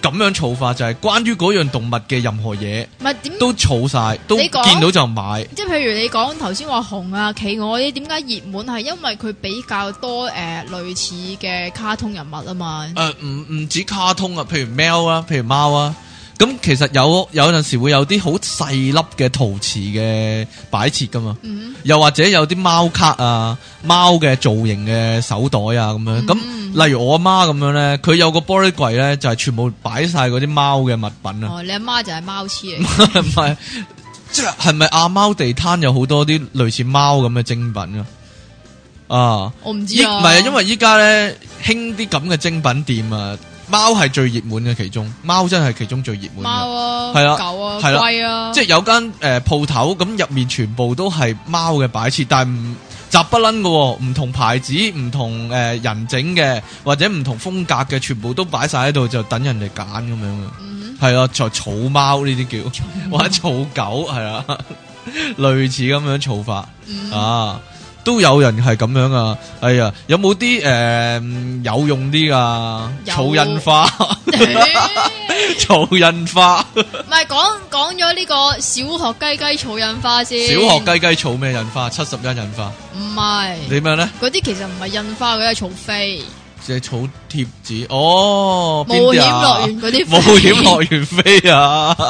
S2: 咁樣嘈法，就係、關於嗰樣動物嘅任何嘢
S1: 唔係點？
S2: 都嘈晒，都
S1: 你講
S2: 見到就買。
S1: 即係譬如你講頭先話紅啊、企鵝呢啲，點解熱門係因為佢比較多誒類似嘅卡通人物啊嘛。
S2: 誒呃唔唔止卡通啊，譬如喵啊，譬如貓啊，咁其實有有陣時會有啲好細粒嘅陶瓷嘅擺設噶嘛，
S1: 嗯，
S2: 又或者有啲貓卡啊、貓嘅造型嘅手袋啊咁樣。咁、
S1: 嗯
S2: 例如我阿媽咁樣咧，佢有個玻璃櫃咧，就係、全部擺晒嗰啲貓嘅物品啊，
S1: 哦，你阿媽就係貓黐嚟，
S2: 唔係即係係咪亞貓地攤有好多啲類似貓咁嘅精品啊？啊！
S1: 我唔知
S2: 依
S1: 啊。
S2: 唔系，因為依家咧興啲咁嘅精品店啊，貓係最熱門嘅其中，貓真係其中最熱門
S1: 貓
S2: 嘅，
S1: 啊，
S2: 係啦
S1: 狗啊，
S2: 係啦
S1: 龜啊，
S2: 即係有間诶铺头咁入面全部都係貓嘅擺設，但係唔雜不楞嘅喎，唔同牌子、唔同诶、呃人整嘅或者唔同風格嘅，全部都擺晒喺度，就等人哋揀咁樣嘅。
S1: 嗯
S2: 係啊，就草貓呢啲叫，或者草狗係 啊，類似咁樣草法。
S1: 嗯，
S2: 啊，都有人係咁樣啊！哎呀，有冇啲诶有用啲噶？
S1: 有
S2: 草印花， 草印花，
S1: 唔係講講咗呢個小學雞雞草印花
S2: 小
S1: 先。
S2: 學雞雞草咩印花？七十一印花，
S1: 唔係
S2: 點樣咧？
S1: 嗰啲，其實唔係印花，嗰啲係草飛，
S2: 即係草貼紙，哦，
S1: 冒
S2: 邊
S1: 險
S2: 啲啊
S1: 樂園嗰啲飛。
S2: 冒險樂園飛啊！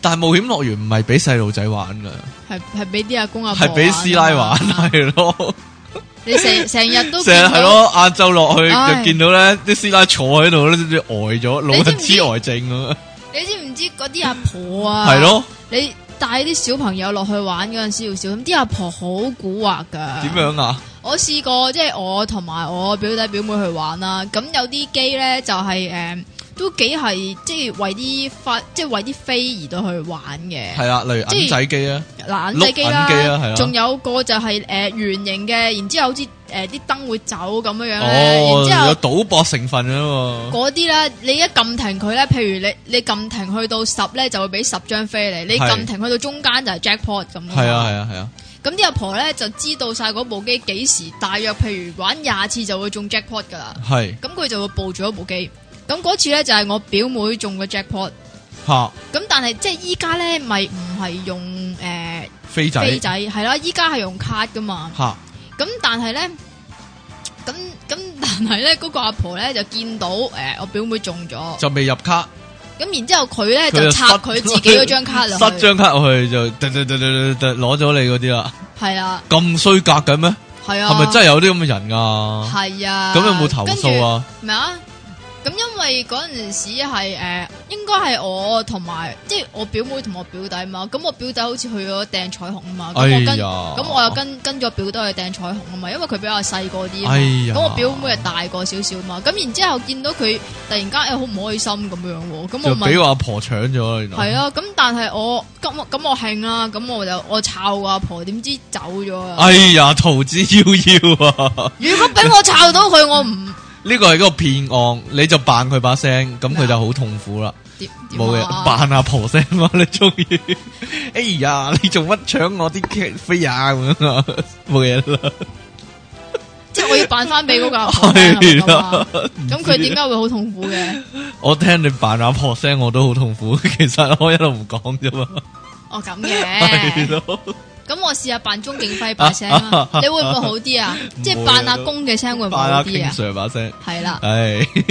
S2: 但係冒險樂園唔係俾細路仔玩噶，
S1: 係係俾啲阿公阿婆
S2: 係俾師奶玩，
S1: 啊玩啊嘛
S2: 係咯，
S1: 你成成日都
S2: 成日
S1: 見到
S2: 係咯，晏晝落去
S1: 唉
S2: 就見到咧啲師奶坐喺度咧，呆咗，老
S1: 你知啊唔
S2: 人
S1: 知
S2: 痴呆症咁樣。
S1: 你知唔知嗰啲阿婆啊？
S2: 系，咯，
S1: 你帶啲小朋友落去玩嗰陣時要小心，啲阿婆好蠱惑噶。
S2: 點？樣啊？
S1: 我試過即係我同埋我表弟表妹去玩啦，咁有啲機咧就係誒都幾係即係為啲發，即係為啲飛而到去玩嘅。
S2: 係啦，例如銀仔機啊，
S1: 嗱，銀仔機
S2: 碌銀機啊係啊
S1: 啦，仲有個就係誒圓形嘅，然之後好似誒啲燈會走咁樣樣咧，
S2: 哦，
S1: 然之後
S2: 有。賭博成分啊嘛，
S1: 嗰啲咧，你一撳停佢咧，譬如你你撳停去到十咧，就會俾十張飛你；你
S2: 係
S1: 撳停去到中間就係 jackpot 咁。
S2: 係啊係。啊係啊，
S1: 咁啲阿婆咧就知道晒嗰部機幾時，大約譬如玩廿次就會中 jackpot 噶啦。
S2: 係
S1: 咁佢就會報住嗰部機。咁嗰次咧就係我表妹中嘅 jackpot。
S2: 吓
S1: 咁但係即係依家咧咪唔係用誒
S2: 飛
S1: 飛
S2: 仔
S1: 仔係啦，依家係用卡噶嘛。
S2: 吓
S1: 咁但係咧，咁咁 但係咧，嗰、個阿婆咧就見到誒、呃我表妹中咗。
S2: 就未入卡，
S1: 咁然之後佢咧
S2: 佢就
S1: 就插
S2: 塞
S1: 佢自己嗰張卡落
S2: 塞
S1: 去，
S2: 張卡入去就嘟嘟嘟嘟嘟嘟攞咗你嗰啲啦，
S1: 係啦，
S2: 咁衰格嘅咩？
S1: 係啊，
S2: 係咪真係有啲咁嘅人噶？
S1: 係啊？
S2: 咁有冇投訴啊？
S1: 跟住？咩啊？咁因為嗰陣時係誒、呃，應該係我同埋即係我表妹同我表弟嘛。咁我表弟好似去咗掟彩虹啊嘛。咁
S2: 哎
S1: 我
S2: 呀，
S1: 跟咁我又跟跟咗表弟去掟彩虹啊嘛，因為佢比較細個啲啊嘛。
S2: 哎呀
S1: 咁我表妹係大個少少嘛。咁然之後見到佢突然間誒好唔開心咁樣喎。咁
S2: 就
S1: 我
S2: 俾
S1: 問
S2: 我阿婆搶咗啦，原來
S1: 係啊，咁但係我咁我咁我興啦，咁我就我抄個阿婆，點知走咗啊！
S2: 哎呀，逃之夭夭啊！
S1: 如果俾我抄到佢，我唔
S2: 呢個係一個騙案，你就扮佢把聲，咁佢就好痛苦啦。
S1: 點點
S2: 冇嘢，
S1: 啊
S2: 扮阿婆聲嘛， 你中意？哎呀， 你做乜搶我啲劇飛啊？咁樣啊，冇嘢啦。
S1: 即係我要扮翻俾嗰個阿 婆聽係咪
S2: 係
S1: 咁啊
S2: 啦，
S1: 咁佢點解啊會好痛苦嘅？
S2: 我聽你扮阿婆聲，我都好痛苦。 其實我一路唔講啫嘛，
S1: 哦咁
S2: 係
S1: 嘅，
S2: 咯，啊
S1: 咁我試下扮鐘景輝把聲啦，你會唔會好啲啊？即係扮阿公嘅聲會唔會
S2: 扮阿
S1: 好
S2: King
S1: 啲啊？
S2: Sir 把聲，
S1: 係啦，
S2: 唉，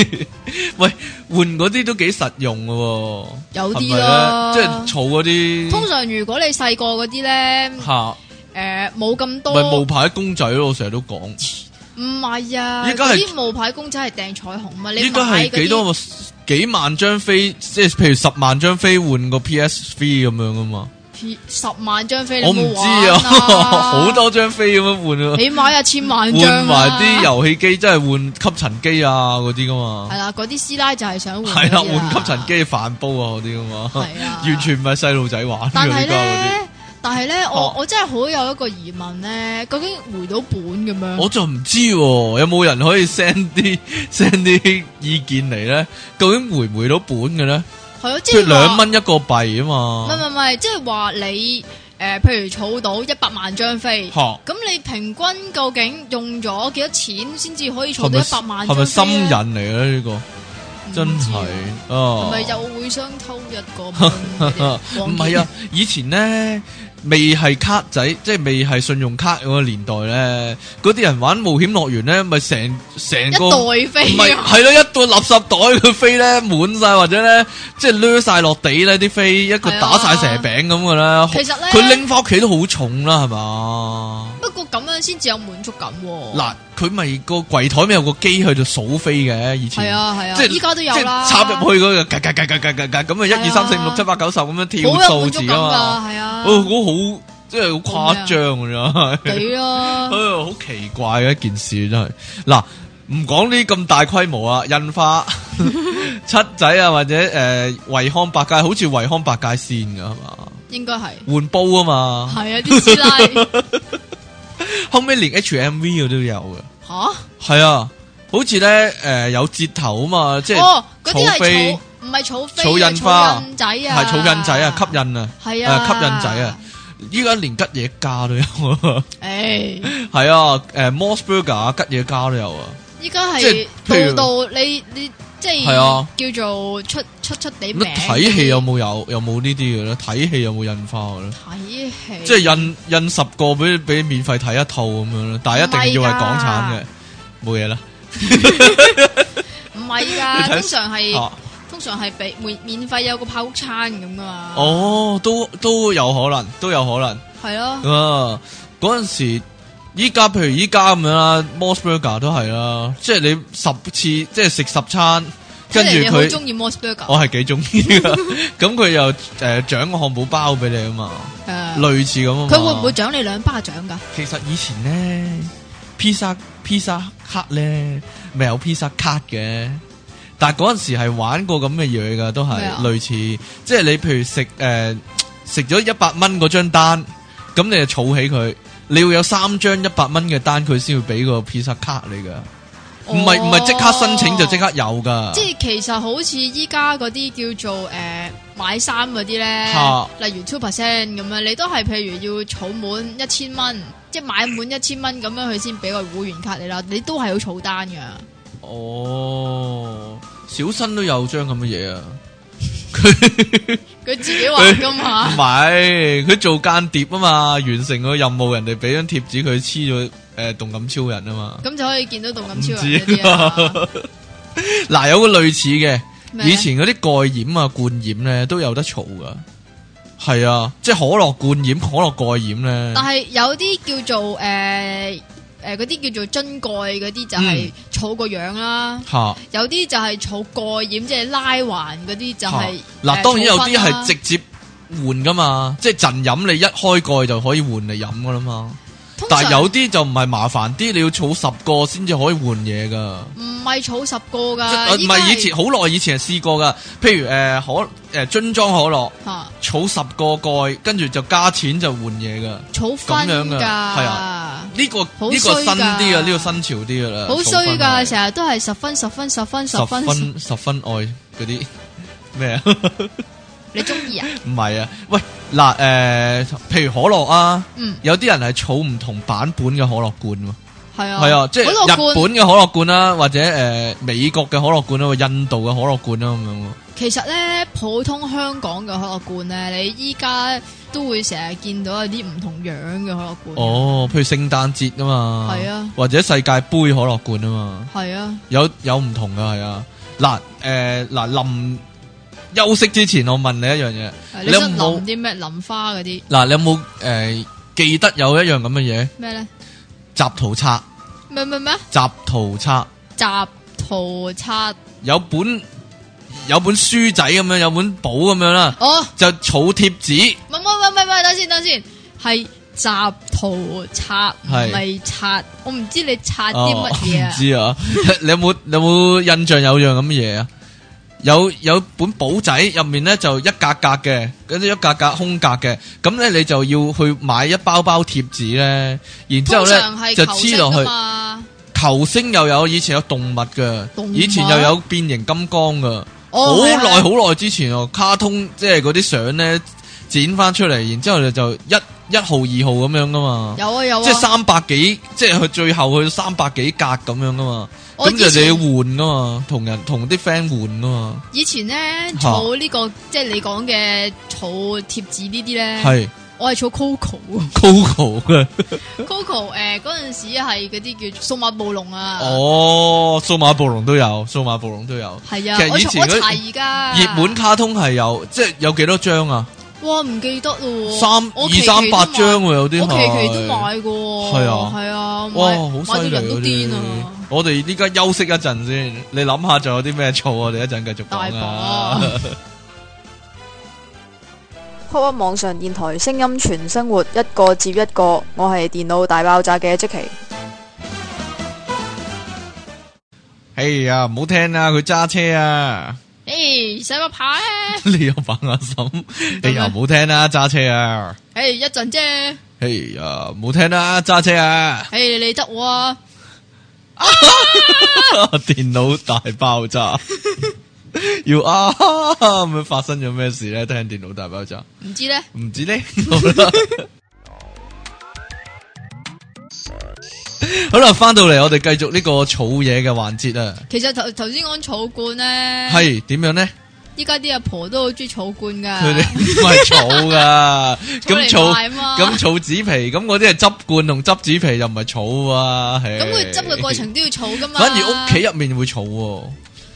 S2: 喂，換嗰啲都幾實用嘅喎，
S1: 有
S2: 係
S1: 啲
S2: 咪
S1: 咯
S2: 咧即係儲嗰啲，
S1: 通常如果你細個嗰啲咧，
S2: 吓，
S1: 誒冇咁
S2: 咪冒
S1: 多，
S2: 牌公仔咯，我成日都講，
S1: 唔係啊，
S2: 依家
S1: 嗰
S2: 係
S1: 啲冒牌公仔係掟彩虹嘛，你
S2: 依家
S1: 買
S2: 係
S1: 嗰
S2: 幾多
S1: 啲
S2: 個幾萬張飛，即係譬如十萬張飛換個 PS Three 咁樣噶嘛，
S1: 十萬張飛，你
S2: 我
S1: 有冇
S2: 唔知
S1: 玩
S2: 啊，
S1: 啊，
S2: 好，多張飛咁樣換啊。
S1: 起碼一千萬
S2: 換
S1: 張啊
S2: 埋
S1: 啦
S2: 啲遊戲機，真係換吸塵機啊嗰啲噶嘛
S1: 係，啦，嗰啲師奶就係想換嗰
S2: 係
S1: 啲
S2: 啦，
S1: 啦，
S2: 換吸塵機、飯煲啊嗰啲噶嘛，
S1: 係啊
S2: 完全唔係細路仔玩
S1: 但
S2: 嘅
S1: 係
S2: 而家嗰啲。
S1: 咧，但係咧，我
S2: 哦
S1: 我真係好有一個疑問咧，究竟回到本咁樣？
S2: 我就唔知喎有冇人可以 send 啲 send 啲意見嚟咧？究竟回唔回到本嘅咧？
S1: 係咯，即
S2: 即係
S1: 係
S2: 兩
S1: 話，
S2: 蚊一個幣
S1: 唔係
S2: 啊
S1: 唔
S2: 嘛，
S1: 係唔係，即係話你誒，譬如儲到一百萬張飛，
S2: 嚇
S1: 咁你平均究竟用咗幾多錢先至可以
S2: 係
S1: 儲到
S2: 咪
S1: 一百萬
S2: 係
S1: 張
S2: 咪
S1: 飛
S2: 心
S1: 咧
S2: 癮嚟嘅呢個？
S1: 唔
S2: 真
S1: 知
S2: 係
S1: 啊係咪
S2: 啊！
S1: 又會想偷一個本嗰啲啊？
S2: 唔
S1: 黃
S2: 係啊，以前咧未係卡仔，即係未係信用卡嗰個年代咧，嗰啲人玩冒險樂園咧，咪成成
S1: 金，
S2: 個唔
S1: 一袋飛
S2: 係
S1: 啊，
S2: 係咯，一個垃圾袋佢飛咧滿晒，或者咧即係掠晒落地咧啲飛，一個
S1: 係啊
S2: 打晒蛇餅咁噶啦。
S1: 其實呢
S2: 佢拎翻屋企都好重啦，係嘛？
S1: 不過咁樣先至有滿足感喎。
S2: 嗱，佢咪個櫃台咪有個機去度數飛嘅，以前
S1: 係啊係
S2: 即
S1: 啊，
S2: 係
S1: 依家都有
S2: 即
S1: 啦，
S2: 係插入去嗰個，格格格格格格格咁啊，一二三四五六七八九十咁樣
S1: 好
S2: 跳
S1: 有
S2: 數
S1: 滿足
S2: 字
S1: 感
S2: 啊嘛
S1: 㗎，。係啊，
S2: 哦，我好即係好誇張啊！真係，
S1: 你咯
S2: 哎。呀好奇怪嘅一件事真係。嗱，唔講呢啲咁大規模啊，印花 七仔啊，或者誒惠康百佳，好似惠康百佳先噶係嘛？
S1: 應該係
S2: 換煲啊嘛，
S1: 係啊，啲師 奶
S2: 後尾連 HMV 嗰都有嘅，
S1: 吓
S2: 係啊，好似咧誒有折頭啊嘛，即係
S1: 哦，嗰啲係
S2: 草飛
S1: 草唔係草飛，
S2: 草印花
S1: 草印仔啊，
S2: 係草印仔啊，吸引啊，
S1: 係
S2: 誒
S1: 啊，
S2: 吸引仔啊，，依家連吉野家都有啊，
S1: 誒，
S2: 係啊，誒 Moss Burger 啊吉野家都有啊。
S1: 依家
S2: 即
S1: 係
S2: 係譬如
S1: 到到你你即
S2: 係啊
S1: 係叫做出出出地名
S2: 乜睇戲有冇有有冇呢啲嘅咧？睇戲有冇印花嘅咧？
S1: 睇戲，
S2: 即係印印十個俾俾免費睇一套咁樣咧，但係一定要係港產嘅，冇嘢啦。
S1: 唔係㗎，
S2: 你睇
S1: 通常係
S2: 啊，
S1: 通常係俾免免費有個爆谷餐咁㗎嘛，
S2: 哦，都都有可能，都有可能
S1: 係咯，
S2: 啊！嗰陣時，依家譬如依家咁樣啦，Moss Burger 都係啦，即係你十次即係食十餐，跟住
S1: 即係你好
S2: 佢
S1: 中意 Moss Burger，
S2: 我係幾中意㗎，咁佢又誒獎個漢堡包俾你啊嘛，
S1: 誒
S2: 類似咁啊嘛。
S1: 嗯佢會唔會獎你兩巴掌㗎？
S2: 其實以前咧，披薩披薩卡咧，咪有披薩卡嘅。但係嗰陣時係玩過咁嘅嘢噶，都係
S1: 咩啊
S2: 類似，即係你譬如食誒食咗一百蚊嗰張單，咁你就儲起佢，你要有三張一百蚊嘅單，佢先會俾個披薩卡你噶。唔係唔係即刻申請就即
S1: 刻。
S2: 刻有噶。
S1: 哦即係其實好似依家嗰啲叫做誒、呃、買衫嗰啲咧
S2: 嚇，
S1: 例如 two percent 咁樣，你都係譬如要儲滿一千蚊，即係買滿一千蚊咁樣，佢先俾個會員卡你啦。你都係要儲單㗎，
S2: 哦，小新都有張咁嘅嘢啊。
S1: 佢自己話㗎嘛
S2: 唔。 係，佢做間諜啊嘛，完成個任務，人哋俾張貼紙佢黐咗誒動感超人啊嘛。
S1: 咁就可以見到動感超
S2: 唔知
S1: 人嗰啲啊！
S2: 嗱，有個類似嘅，
S1: 咩
S2: 以前嗰啲蓋染啊、罐染咧都有得儲噶。係啊，即係可樂罐染、可樂蓋染
S1: 但
S2: 咧。
S1: 係有啲叫做誒誒嗰啲叫做樽蓋嗰啲就
S2: 嗯
S1: 係儲個樣啦，
S2: 吓
S1: 有啲就係儲蓋染，即係拉環嗰啲就
S2: 吓
S1: 係
S2: 嗱，
S1: 誒
S2: 當然有啲
S1: 儲分啦
S2: 係直接換噶嘛，即係陣飲你一開蓋就可以換嚟飲噶啦嘛。
S1: 通常
S2: 但係有啲就唔係麻煩啲，你要儲十個先至可以換嘢噶。
S1: 唔係儲十啊個
S2: 即
S1: 噶，
S2: 呃唔
S1: 依家
S2: 係以前好耐以前係試過噶，譬如誒、呃可誒、呃樽裝可樂，
S1: 吓
S2: 儲十個蓋，跟住就加錢就換嘢噶。
S1: 儲分
S2: 咁樣
S1: 噶，
S2: 㗎係啊，呢、個呢
S1: 好
S2: 個新
S1: 衰㗎
S2: 啲啊，呢、個新潮啲噶啦，
S1: 好衰
S2: 噶，
S1: 噶，成日都係十分十分十分
S2: 十
S1: 分，
S2: 分十分愛嗰啲 咩啊？
S1: 你中意啊？
S2: 唔係啊，喂嗱誒、呃譬如可樂啊，
S1: 嗯，
S2: 有啲人係儲唔同版本嘅可樂罐喎，
S1: 系啊，
S2: 系啊，即系
S1: 可
S2: 日
S1: 樂罐
S2: 本嘅可樂罐啦，或者诶、呃美國嘅可樂罐啦，或者印度嘅可樂罐啦咁樣喎。
S1: 其實咧，普通香港嘅可樂罐咧，你依家都會成日見到有啲唔同樣嘅可樂罐。，
S2: 哦，譬如聖誕節啊嘛，
S1: 係啊
S2: 或者世界盃可樂罐啊嘛，
S1: 系啊，
S2: 有有唔同噶係啊。嗱诶嗱臨休息之前，我問你一樣嘢，
S1: 係
S2: 你
S1: 你
S2: 有
S1: 想淋
S2: 冇
S1: 啲咩淋花嗰啲
S2: 嗱你有冇诶、呃、記得有一樣咁嘅嘢？
S1: 咩咧？
S2: 集圖冊，
S1: 咩咩咩
S2: 集圖冊
S1: 集圖冊
S2: 有本有本書仔咁樣，有本簿咁樣啦，
S1: 哦，
S2: 就儲貼紙。
S1: 唔唔唔唔唔，等先等先，係集圖冊唔
S2: 係
S1: 係刷，我唔知你刷啲
S2: 哦
S1: 乜嘢
S2: 唔
S1: 啊？
S2: 知啊， 你有冇你有冇印象有樣咁嘅嘢啊？有有本簿仔入面咧就一格格嘅，嗰啲一格格空格嘅，咁咧你就要去買一包包貼紙咧，哦然之後
S1: 通
S2: 咧
S1: 常係
S2: 就
S1: 球
S2: 黐
S1: 星
S2: 落
S1: 㗎
S2: 去。
S1: 嘛。
S2: 球星又有，以前有動物嘅，
S1: 動物
S2: 以前又有變形金剛噶，好
S1: 哦係啊
S2: 耐好耐之前哦，卡通即係嗰啲相咧剪翻出嚟，然之後就一一號二號咁樣噶嘛。
S1: 有啊有啊，
S2: 即系三百幾，即係佢最後去到三百幾格咁樣噶嘛，
S1: 我
S2: 咁就
S1: 之
S2: 你
S1: 前
S2: 要換噶嘛，同人同啲 friend 換噶嘛，
S1: 以前咧
S2: 嚇
S1: 儲呢個即係你講嘅儲貼紙呢啲咧。
S2: 係
S1: 我係儲 Coco
S2: Coco 嘅，
S1: ，Coco 誒嗰陣時係嗰啲叫數碼暴龍啊，
S2: 哦，數碼暴龍都有，數碼暴龍都有，
S1: 係啊
S2: 其實，
S1: 我
S2: 以前
S1: 查我
S2: 嗰啲
S1: 查而家啊
S2: 熱門，卡通係有，即係有幾多張啊？
S1: 哇唔記得咯喎，
S2: 三
S1: 我
S2: 二
S1: 期期都
S2: 三
S1: 買
S2: 八張喎，有啲
S1: 我期期都
S2: 係，
S1: 買過，
S2: 係啊
S1: 係啊，買
S2: 哇，好
S1: 買
S2: 犀
S1: 到
S2: 利
S1: 人都
S2: 嗰
S1: 癲
S2: 啲
S1: 啊！！
S2: 我哋呢家休息一陣先，你諗下仲有啲咩醋，我哋一陣繼續
S1: 大
S2: 講
S1: 把
S2: 啊。
S3: Pop Up 網上電台，聲音全生活，一個接一個。我係電腦大爆炸嘅即奇。
S2: 哎呀，唔好聽啊，佢揸車啊！
S1: 誒使乜牌咧？
S2: 你又扮阿嬸，哎呀
S1: 咩
S2: 唔好聽啦，揸車啊！
S1: 誒一陣啫，
S2: 哎呀唔好聽啦，揸車啊！
S1: 誒你得我啊，
S2: 電腦大爆炸， 要啊 咁樣發生咗咩事咧？聽電腦大爆炸，
S1: 唔知咧。
S2: 唔知咧，好啦， 好啦，翻到嚟我哋繼續呢個儲嘢嘅環節啊，
S1: 其實頭頭先講儲罐咧，
S2: 係點樣咧？
S1: 依家啲阿婆都好中意儲罐噶，
S2: 佢哋唔係儲噶，咁
S1: 儲嚟
S2: 儲
S1: 賣啊嘛
S2: 咁儲紙皮，咁嗰啲係執罐同執紙皮又唔係儲啊，係
S1: 咁佢執嘅過程都要儲噶嘛。
S2: 反而屋企入面會儲喎，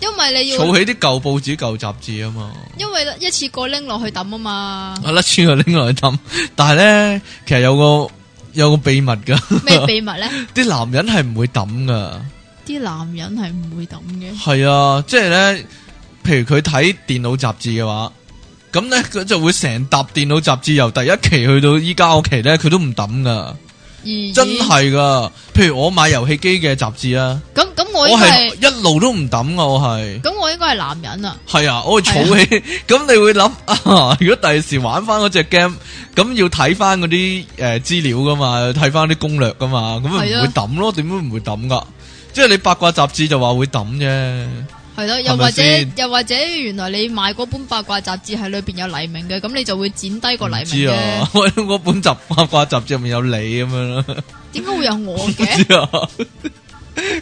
S1: 因為你要
S2: 儲起啲舊報紙、舊雜誌啊嘛，
S1: 因為一次過拎落去抌啊嘛，
S2: 我甩穿佢拎落去抌。但係咧，其實有個有個秘密噶，
S1: 咩秘密咧？
S2: 啲男人係唔會抌噶，
S1: 啲男人係唔會抌嘅，
S2: 係啊，即係咧，譬如佢睇電腦雜誌嘅話。咁咧，佢就會成沓電腦雜誌由第一期去到依家嗰期咧，佢都唔抌噶，
S1: 而
S2: 真係噶。譬如我買遊戲機嘅雜誌啊，
S1: 咁咁，我
S2: 我
S1: 應該
S2: 係
S1: 係
S2: 一路都唔抌噶，我係。
S1: 咁，我應該係男人啊，
S2: 系啊，我會儲起， 咁你會諗啊，如果第時玩翻嗰只 game，咁要睇翻嗰啲诶資料噶嘛，睇翻啲攻略噶嘛，咁咪
S1: 係
S2: 唔
S1: 啊
S2: 會抌咯，點會唔會抌噶？即係你八卦雜誌就話會抌啫，
S1: 係咯，
S2: 係
S1: 又
S2: 咪
S1: 或者
S2: 先
S1: 又或者，原來你買嗰本八卦雜誌係裏邊有黎明嘅，咁你就會剪低個黎
S2: 唔
S1: 明
S2: 知
S1: 嘅
S2: 啊，， 我嗰本集八卦雜誌入面有你咁 樣咯，
S1: 點解會有我
S2: 唔
S1: 嘅？
S2: 知啊，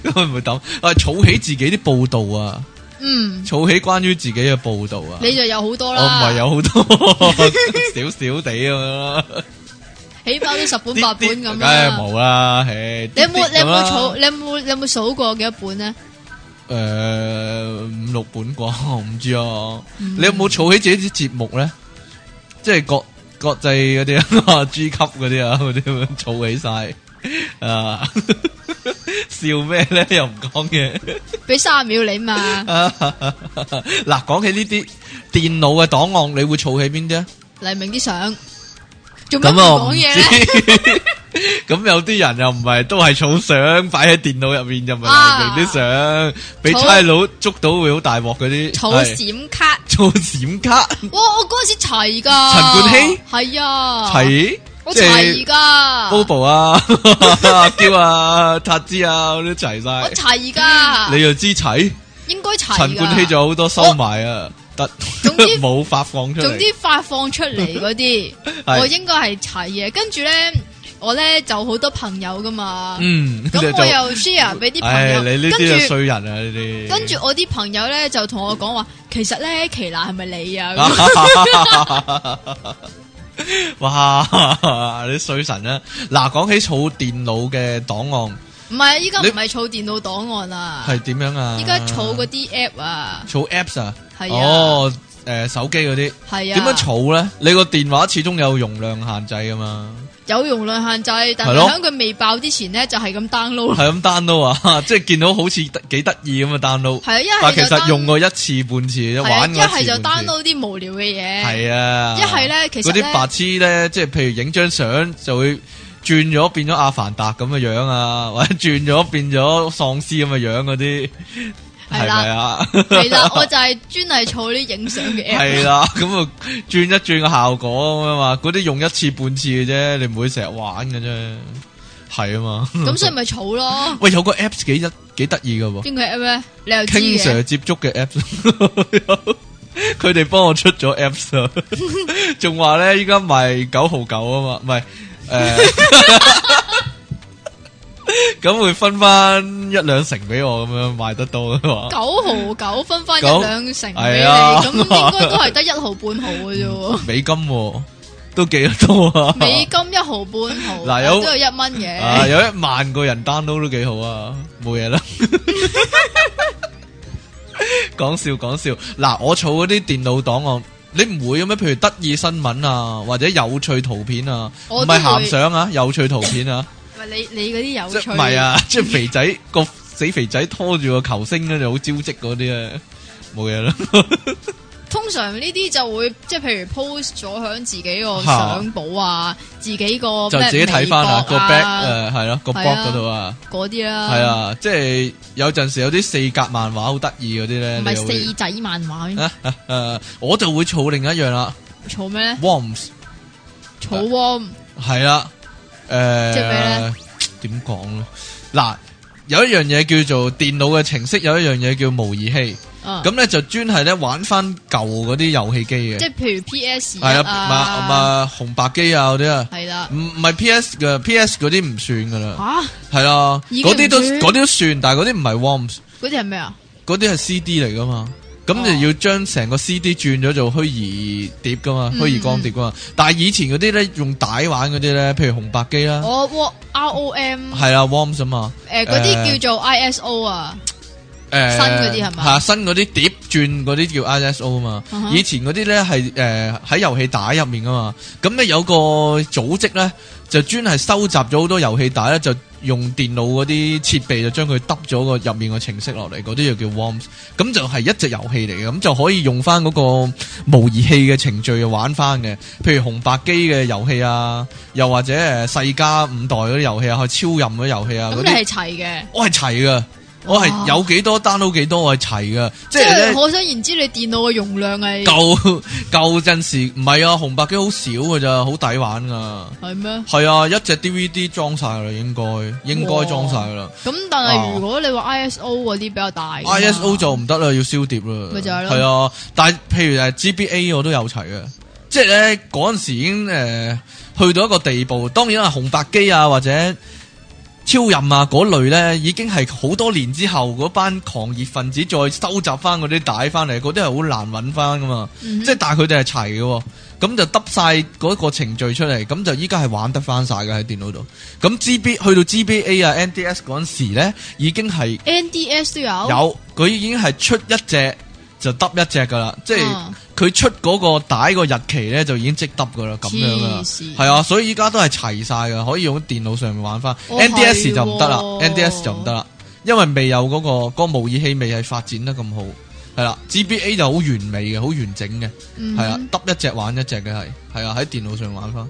S2: 咁會唔會抌？啊，儲起自己啲報道啊，
S1: 嗯，
S2: 儲起關於自己嘅報道啊，
S1: 你就有好多
S2: 我唔
S1: 啦，
S2: 係有好多 少少地咁樣啦。
S1: 起碼都十本八本咁
S2: 啲啲梗係
S1: 啦。
S2: 冇啦，唉！
S1: 你有冇
S2: 啲
S1: 你有
S2: 啲咁
S1: 冇
S2: 啦
S1: 儲？你有冇你有冇數過幾多本咧？
S2: 诶，五六本啩，我唔知啊。
S1: 嗯
S2: 你有冇儲起自己啲節目咧？即係國国际嗰啲啊 ，G 級嗰啲啊，嗰啲咁樣儲起晒啊！ 笑咩咧？又唔講嘢。，
S1: 俾三秒你嘛
S2: 嗱，講起呢啲電腦嘅檔案，你會儲起邊啲啊？
S1: 黎明啲相，做乜
S2: 咁
S1: 唔
S2: 啊，
S1: 講
S2: 唔
S1: 嘢咧？
S2: 知。 咁有啲人又唔係都係儲相擺喺電腦入面，又唔
S1: 啊
S2: 係黎明啲相，俾
S1: 儲
S2: 差佬捉到會好大鑊嗰啲。
S1: 儲
S2: 係
S1: 閃卡。
S2: 儲閃卡
S1: 哇！我嗰陣時齊噶，
S2: 陳冠希
S1: 係啊，
S2: 係
S1: 我
S2: 即
S1: 齊
S2: 係
S1: 噶，
S2: Bobo 啊、 阿嬌啊、塔茲啊嗰啲齊
S1: 我
S2: 晒，
S1: 齊噶，
S2: 你又知齊？
S1: 應該啊齊㗎
S2: 陳冠希仲有好多收埋啊，得
S1: 總之
S2: 冇發放出
S1: 總
S2: 嚟。
S1: 之發放出嚟嗰啲，
S2: 係
S1: 我應該係齊嘅。跟住咧，我咧就好多朋友噶嘛，
S2: 嗯，
S1: 咁
S2: 你就
S1: 我又 share 俾啲
S2: 唉，
S1: 朋
S2: 你呢
S1: 友，
S2: 啲
S1: 跟
S2: 就
S1: 住
S2: 衰人啊！呢啲
S1: 跟住我啲朋友咧就同我講話，其實咧奇娜係咪你啊？咁
S2: 哇！你衰神啦！嗱，講起儲電腦嘅檔案
S1: 唔係，依家唔
S2: 你
S1: 係儲電腦檔案啊，
S2: 係點樣啊？
S1: 依家儲嗰啲 app 啊，
S2: 儲 Apps 啊？
S1: 係啊，
S2: 哦，誒手機嗰啲
S1: 係啊，
S2: 點樣儲咧？你個電話始終有容量限制噶嘛？
S1: 有容量限制，但
S2: 係
S1: 係
S2: 咯
S1: 喺佢未爆之前咧就係咁 download 啦，
S2: 係咁 download 啊， 即係見到好似得幾得意咁啊 download，
S1: 係啊，一係
S2: 但
S1: 就
S2: 其實
S1: down-
S2: 用過一次半次啫，
S1: 係啊
S2: 玩
S1: 一
S2: 過次
S1: 係就
S2: 半次。
S1: download 啲無聊嘅嘢，
S2: 係啊，
S1: 一係咧其實
S2: 嗰
S1: 咧
S2: 啲白痴咧，即係譬如影張相就會轉咗變咗阿凡達咁嘅樣啊， 或者轉咗變咗喪屍咁嘅樣嗰啲，
S1: 係
S2: 係咪
S1: 啦
S2: 啊？
S1: 係 啦，我就係專係儲啲影相嘅 app，
S2: 係啦，咁啊轉一轉個效果咁啊嘛，嗰啲用一次半次嘅啫，你唔會成日玩嘅啫，係啊嘛。
S1: 咁所以咪儲咯。
S2: 喂，有個 Apps 幾得幾得意嘅喎。
S1: 邊個 app 咧？你又知
S2: King
S1: 嘅？
S2: Sir 接觸嘅 apps，佢哋幫我出咗 apps 啊，仲話咧依家賣九毫九啊嘛，唔係 诶，咁會分翻一兩成俾我咁樣賣得多嘅嘛，
S1: 九毫九分翻一
S2: 九
S1: 兩成俾你，
S2: 係啊哦
S1: 咁應該都係得一毫半毫嘅啫 喎。
S2: 美金喎都幾多啊？
S1: 美金一毫半毫，
S2: 嗱有
S1: 都有一蚊
S2: 啊，
S1: 嘅。
S2: 有一萬個人 download 都幾好啊，冇嘢啦。 講笑講笑，嗱，我儲嗰啲電腦檔案，你唔會嘅咩？譬如得意新聞啊，或者有趣圖片啊，唔
S1: 我都
S2: 係
S1: 會
S2: 鹹相啊，有趣圖片 啊，
S1: 喂，你你嗰啲
S2: 即
S1: 有
S2: 係
S1: 趣，
S2: 唔係啊？即係肥仔個死肥仔拖住個球星咧，就好招積嗰啲咧，冇嘢啦。
S1: 通常呢啲就會即係譬如 post 咗響自己個
S2: 嚇
S1: 相簿啊，自己個
S2: 就
S1: 咩
S2: 自己睇翻啊
S1: 微博
S2: 個 back 誒係咯個
S1: 係
S2: blog
S1: 啊嗯
S2: 嗰度啊，
S1: 嗰啲啦，
S2: 係，啊，即係有陣時有啲四格漫畫好得意嗰啲咧，
S1: 唔
S2: 你
S1: 係
S2: 會
S1: 四仔漫畫，
S2: 啊啊啊 我就會儲另一樣啦
S1: 儲咩咧？
S2: ，Worms
S1: 儲 warm
S2: 係啦，誒
S1: 即係咩咧
S2: 點講咧？嗱，有一樣嘢叫做電腦嘅程式，有一樣嘢叫模擬器，
S1: 啊，
S2: 咁咧就專係咧玩翻舊嗰啲遊戲機
S1: 即
S2: 嘅，
S1: 係譬如 PS
S2: 係
S1: 啊，
S2: 嘛嘛紅白機啊嗰啲啊，
S1: 係啦，
S2: 唔唔係 PS 嘅，PS 嗰啲唔算噶啦，
S1: 吓
S2: 係啦，
S1: 哦已經
S2: 嗰
S1: 唔
S2: 啲都
S1: 算
S2: 嗰啲都算，但係嗰啲唔係 Worms。
S1: 嗰啲係咩啊？
S2: 嗰啲係 CD 嚟噶嘛，咁
S1: 哦
S2: 就要將成個 CD 轉咗做虛擬碟噶嘛，
S1: 嗯
S2: 虛擬光碟噶嘛。但係以前嗰啲咧用帶玩嗰啲咧，譬如紅白機啦，
S1: 我 wa- ROM
S2: 係啦 Worms 啊嘛，
S1: 誒嗰啲
S2: 誒
S1: 叫做 ISO 啊，
S2: 誒
S1: 新嗰啲係嘛
S2: 係啊新嗰啲碟轉嗰啲叫 ISO 啊嘛。
S1: 嗯哼
S2: 以前嗰啲咧係誒喺遊戲帶入面噶嘛，咁咧有個組織咧就專係收集咗好多遊戲帶咧，就用電腦嗰啲設備就將佢揼咗個入面個程式落嚟，嗰啲就叫 Worms。咁就係一隻遊戲嚟嘅，咁就可以用翻嗰個模擬器嘅程序玩翻嘅，譬如紅白機嘅遊戲啊，又或者誒世嘉五代嗰啲遊戲啊，去超任嗰啲遊戲啊，
S1: 咁
S2: 嗰
S1: 你
S2: 啲
S1: 係哦齊嘅，
S2: 我係齊噶，我係有幾多 download 幾多，我係齊噶，即
S1: 即
S2: 係咧
S1: 係。可想而知你電腦嘅容量 係
S2: 舊舊陣時唔係啊，紅白機好少噶咋，好抵玩噶。
S1: 係咩？
S2: 係啊，一隻 DVD 裝晒啦，應該應該裝晒噶啦。
S1: 咁但
S2: 哦
S1: 係如果你話 ISO 嗰啲比較大啊㗎嘛
S2: ISO 就唔得啦，要燒碟啦。
S1: 咪就係
S2: 係
S1: 咯
S2: 啊，但係譬如誒 GBA 我都有齊嘅，即係咧嗰陣時已經誒、呃去到一個地步，當然係紅白機啊或者超任啊嗰類咧，已經係好多年之後嗰班狂熱分子再收集翻嗰啲帶翻嚟，嗰啲係好難揾翻噶嘛。
S1: 嗯哼
S2: 即係但係佢哋係齊嘅喎，咁就揼晒嗰個程序出嚟，咁就依家係玩得翻晒嘅喺電腦度。咁 GB 去到 GBA 啊 NDS 嗰陣時咧，已經係。
S1: NDS 都有
S2: 有，佢已經係出一隻就得一隻噶啦，即係
S1: 啊
S2: 佢出嗰個帶個日期咧就已經即得噶啦，咁樣噶
S1: 黐，線
S2: 係啊，所以依家都係齊晒噶，可以用電腦上面玩翻。
S1: 哦
S2: NDS
S1: 係
S2: 就唔得啦
S1: 喎
S2: ，NDS 就唔得啦，因為未有嗰、個嗰、個模擬器未係發展得咁好，係啦，GBA 就好完美嘅，好完整嘅，
S1: 嗯
S2: 係啊，得一隻玩一隻嘅係，係啊，喺電腦上玩翻，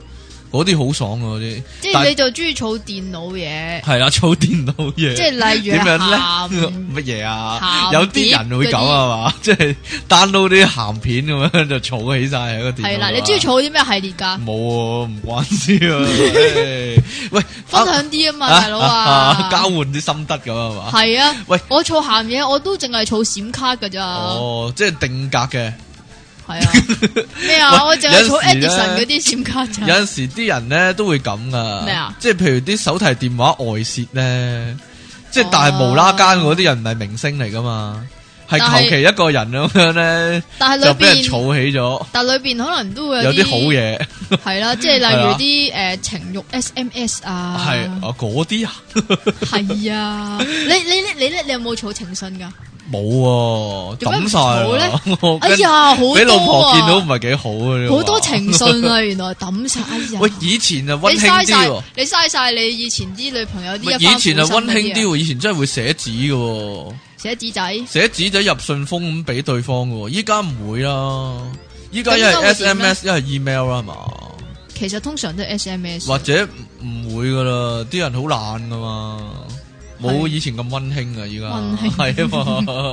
S2: 嗰啲好爽㗎嗰啲，
S1: 即
S2: 但
S1: 係你就中意儲電腦嘢，
S2: 係啊，儲電腦嘢。
S1: 即係例如
S2: 點樣
S1: 鹹
S2: 咧？乜嘢啊？
S1: 鹹
S2: 有啲人會咁啊嘛，即係 download 啲鹹片咁樣就儲起晒喺個電腦度啊。
S1: 係啦，你中意儲啲咩系列㗎？
S2: 冇啊？唔關事啊！唉喂，
S1: 分享啲啊嘛，
S2: 啊
S1: 大佬
S2: 啊
S1: 啊，
S2: 交換啲心得咁啊嘛。
S1: 係啊，
S2: 喂
S1: 我儲鹹嘢我都淨係儲閃卡㗎咋，
S2: 哦，即係定格嘅，
S1: 系啊，咩 啊？我净系储
S2: 有時呢
S1: Edison 嗰啲闪卡
S2: 有
S1: 咋，
S2: 阵时啲人咧都會咁噶，
S1: 嗯咩啊
S2: 即係譬如啲手提電話外泄咧，即係
S1: 哦
S2: 但係無啦間嗰啲人唔係明星嚟噶嘛，係
S1: 但係
S2: 求其一個人咁樣咧
S1: 但系
S2: 就
S1: 里
S2: 俾人
S1: 边，
S2: 儲起咗，
S1: 但系里边可能都会
S2: 有
S1: 啲
S2: 啲好，嘢
S1: 系啦，即系例
S2: 係啊
S1: 如啲诶情欲 SMS 啊，
S2: 係啊嗰啲啊
S1: 系啊，你你你你咧，你有冇储情信噶？
S2: 冇喎，
S1: 做咩唔
S2: 抌晒
S1: 儲呢
S2: 啦，我
S1: 哎
S2: 跟
S1: 呀，好多
S2: 俾老婆見到唔
S1: 啊，
S2: 係幾好啊，呢個
S1: 好多情信啊，原來抌晒哎呀！
S2: 喂，以前就温
S1: 你
S2: 馨
S1: 嘥
S2: 啲
S1: 晒
S2: 喎，，
S1: 你嘥晒你以前啲女朋友啲
S2: 喂
S1: 一番
S2: 以前就
S1: 苦心
S2: 温
S1: 嗰
S2: 馨啲
S1: 啊，
S2: 喎，以前真係會寫紙嘅喎。
S1: 寫紙仔，
S2: 寫紙仔入信封咁俾對方嘅喎，依家唔會啦。依家一係
S1: 咁依家會點呢
S2: SMS 一係 email 啦嘛，
S1: 其實通常都係 SMS。
S2: 或者唔會噶啦，啲人好懶噶嘛，冇
S1: 係
S2: 以前咁温馨啊，依家
S1: 溫馨
S2: 係啊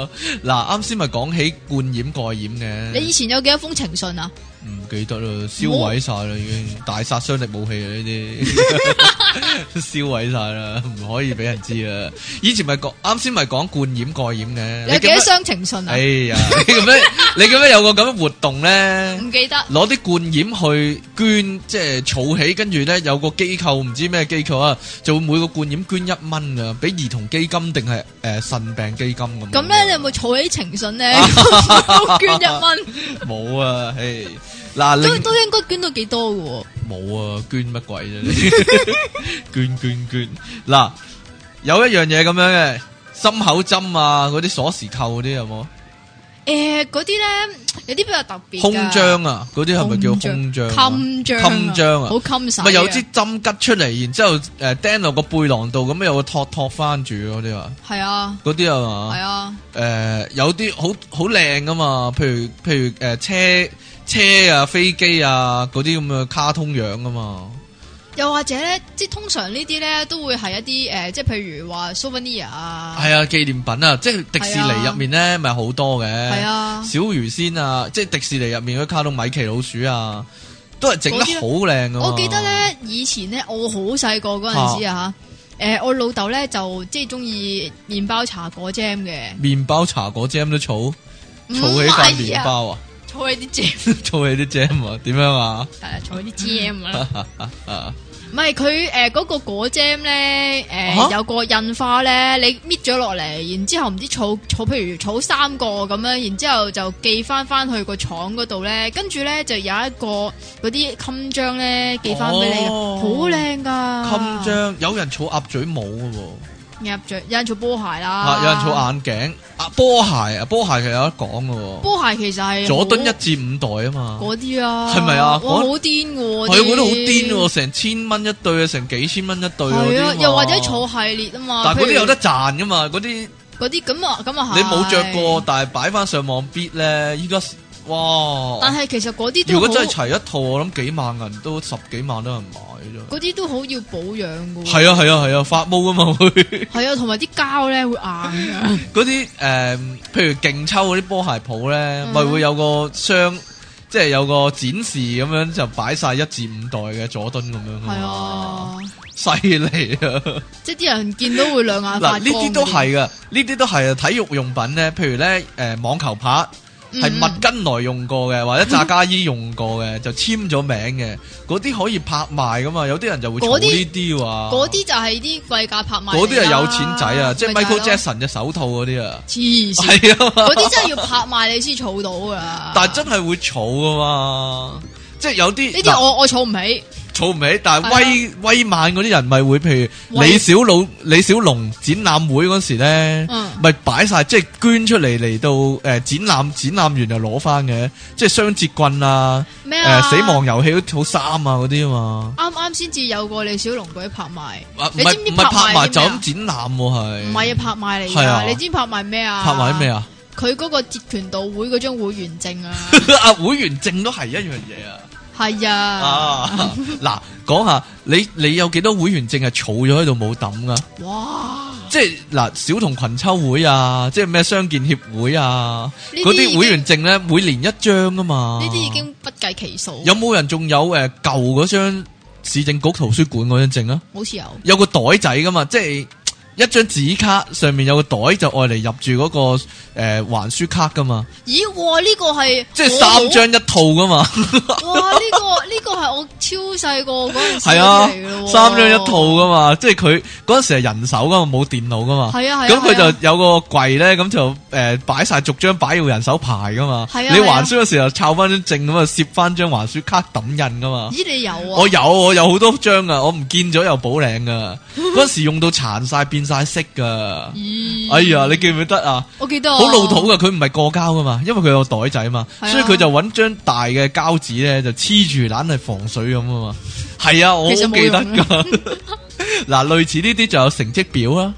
S2: 嘛。嗱，啱先咪講起冠掩蓋掩
S1: 你以
S2: 嘅，
S1: 前有幾多封情信啊？
S2: 唔記得啦，燒毀晒啦已經，大殺傷力武器啊呢 啲，燒毀晒啦，唔可以俾人知啊。以前咪講，啱先咪講冠掩蓋掩嘅，
S1: 你有幾
S2: 記唔記
S1: 多
S2: 得
S1: 箱情信啊
S2: 哎？呀， 你咁样，你咁样有個咁嘅活動咧，
S1: 唔記得
S2: 攞啲罐掩去捐，即係儲起，跟住咧有個機構唔知咩機構啊，就會每個罐掩捐一蚊噶，俾兒童基金定係诶腎病基金咁。
S1: 咁咧，你有冇儲起情信 咧？都捐一蚊，
S2: 冇啊？唉，嗱，
S1: 都
S2: 另
S1: 都應該捐到幾多嘅喎？
S2: 冇啊，捐乜鬼啫？你 捐捐捐，嗱，有一樣嘢咁樣嘅，心口針啊，嗰啲鎖匙扣嗰啲有冇？
S1: 誒，嗰啲咧有啲比較特別㗎
S2: 空章啊，嗰啲係咪叫空章
S1: 襟
S2: 啊？
S1: 章啊，
S2: 襟章啊
S1: 好襟手。
S2: 咪有支針吉出嚟，然之後誒釘落個背囊度，咁有個托托翻住嗰啲啊，
S1: 係啊，
S2: 嗰啲啊
S1: 係
S2: 嘛，
S1: 啊。
S2: 誒、有啲好好靚噶嘛，譬如譬如誒、呃車車啊、飛機啊嗰啲咁嘅卡通樣噶嘛，
S1: 又或者咧，即係通常呢啲咧都會係一啲誒、呃即係譬如話 souvenir 啊，
S2: 係啊紀念品啊，即係迪士尼入面咧咪好多嘅，
S1: 係啊，
S2: 小魚仙啊，即係迪士尼入面嗰啲卡通米奇老鼠啊，都係整得好靚噶。
S1: 我記得，咧以前咧我好細個嗰陣時啊嚇，誒、我老豆咧就即係中意麵包茶果 jam 嘅，
S2: 麵包茶果 jam 都儲儲起塊麵包啊，
S1: 唔係啊，儲起啲 jam，
S2: 儲起啲 jam 啊，點樣啊？
S1: 係啊，儲 起啲 jam 啦，
S2: 啊
S1: 唔係佢誒嗰個果 jam 咧
S2: 嚇
S1: 誒有個印花咧，你搣咗落嚟，然之後唔知儲儲譬如儲三個咁樣，然之後就寄翻翻去個廠嗰度咧，跟住咧就有一個嗰啲襟章咧寄翻俾你㗎，
S2: 哦
S1: 好靚噶
S2: 襟。章，有人儲鴨嘴帽嘅喎，
S1: 入着有人做波鞋啦
S2: 啊，，有人儲眼鏡，啊波鞋啊，波鞋其實有得講嘅
S1: 波鞋其實係
S2: 喎，佐敦一
S1: 好
S2: 至五代啊嘛，
S1: 嗰啲啊，
S2: 係咪啊
S1: 哇，
S2: 嗰
S1: 好癲噶喎！
S2: 係啊，
S1: 啲
S2: 嗰啲好癲喎，成千蚊一對啊，成幾千蚊一對嗰
S1: 係
S2: 啲
S1: 啊
S2: 嘛，
S1: 又或者儲系列啊嘛，
S2: 但係嗰
S1: 譬
S2: 啲
S1: 如
S2: 有得賺噶嘛，嗰啲
S1: 嗰啲咁啊，咁啊係
S2: 你冇着過，，但係擺翻上網 bid 咧，依家哇，
S1: 但係其實嗰啲都
S2: 如果真係
S1: 好
S2: 齊一套，我諗幾萬銀都十幾萬都有人買啫。
S1: 嗰啲都好要保養噶，
S2: 係啊係啊係啊，發毛啊嘛會。
S1: 係啊，同埋啲膠咧會硬啊㗎，
S2: 嗰啲誒，譬如勁抽嗰啲波鞋
S1: 嗯
S2: 鋪咧，咪、會有個箱，即係有個展示咁樣就擺晒一至五代嘅佐敦咁樣。
S1: 係，啊，
S2: 犀利啊！
S1: 即係啲人見到會兩眼
S2: 嗱，
S1: 啊發光嗰
S2: 呢啲都係噶，呢啲都係啊體育用品咧，譬如咧誒、呃、網球拍。
S1: 嗯
S2: 係麥根來用過嘅，或者炸家衣用過嘅， 就簽咗名嘅，嗰啲可以拍賣噶嘛，有啲人就會儲
S1: 嗰啲
S2: 呢啲喎。
S1: 嗰啲就係啲貴價拍賣嚟啦，
S2: 嗰啲係有錢仔啊，即
S1: 咪就係
S2: 係 Michael
S1: 咯
S2: Jackson 嘅手套嗰啲啊，
S1: 黐 線，
S2: 係啊嘛。
S1: 嗰啲真係要拍賣你先儲到噶，
S2: 但係真係會儲噶嘛，即係有啲
S1: 呢
S2: 嗱
S1: 啲我我儲唔起。
S2: 儲唔起，但
S1: 係
S2: 係
S1: 啊
S2: 威威猛嗰啲人咪會，譬如
S1: 威
S2: 李小老李小龍展覽會嗰時咧
S1: 嗯，
S2: 咪擺晒即係捐出嚟嚟到诶展覽，展覽完就攞翻嘅，即係雙截棍啊，
S1: 咩啊？
S2: 诶死亡遊戲嗰套衫啊嗰啲啊嘛，
S1: 啱啱先至有個李小龍嗰啲拍賣，
S2: 啊唔
S1: 你
S2: 係
S1: 知唔知
S2: 唔係拍
S1: 賣
S2: 賣
S1: 啲
S2: 就
S1: 咩
S2: 咁
S1: 啊
S2: 展覽喎係，
S1: 唔係啊拍賣嚟
S2: 嗯係啊
S1: 㗎，你知唔知拍賣咩啊？
S2: 拍賣咩？啊？
S1: 佢嗰個截拳道會嗰張會員證啊，
S2: 啊會員證都係一樣嘢啊！
S1: 係啊，
S2: 啊，嗱，講下你你有幾多會員證係儲咗喺度冇抌噶？
S1: 哇！
S2: 即係嗱，小童群秋會啊，即係咩相健協會啊，
S1: 呢
S2: 嗰
S1: 已經
S2: 啲會員證咧每年一張啊嘛。
S1: 呢啲已經不計其數，
S2: 有冇人仲有呃诶旧嗰張市政局圖書館嗰張證啊？
S1: 好似有
S2: 有個袋仔噶嘛，即係一張紙卡上面有個袋就愛嚟入住嗰、個诶還書卡噶嘛，
S1: 咦，哇！呢個係
S2: 即係三張一套噶嘛，
S1: 我好。哇！呢個呢個係我超細個嗰陣時
S2: 係啊
S1: 嚟嘅，喎
S2: 三張一套噶嘛，即係佢嗰陣時係人手噶嘛，冇電腦噶嘛。
S1: 係啊係啊。
S2: 咁佢
S1: 係啊
S2: 就有個櫃咧，咁就誒擺晒逐張擺要人手牌噶嘛。
S1: 係啊
S2: 你
S1: 係啊
S2: 還書嘅時候，抄翻張證咁啊，攝翻張還書卡抌印噶嘛。
S1: 咦，你有啊？
S2: 我有我有好多張啊，我唔見咗有寶領噶， 嗰時用到殘晒變晒色噶。
S1: 咦
S2: 哎呀，你記唔記得啊？
S1: 我記得啊
S2: 好老土噶，佢唔係過膠噶嘛，因為佢有袋仔嘛，
S1: 係啊
S2: 所以佢就揾張大嘅膠紙咧就黐住，懶係防水咁啊嘛。係啊，我好
S1: 其實冇
S2: 記得
S1: 用
S2: 噶。 嗱，類似呢啲就有成績表啦，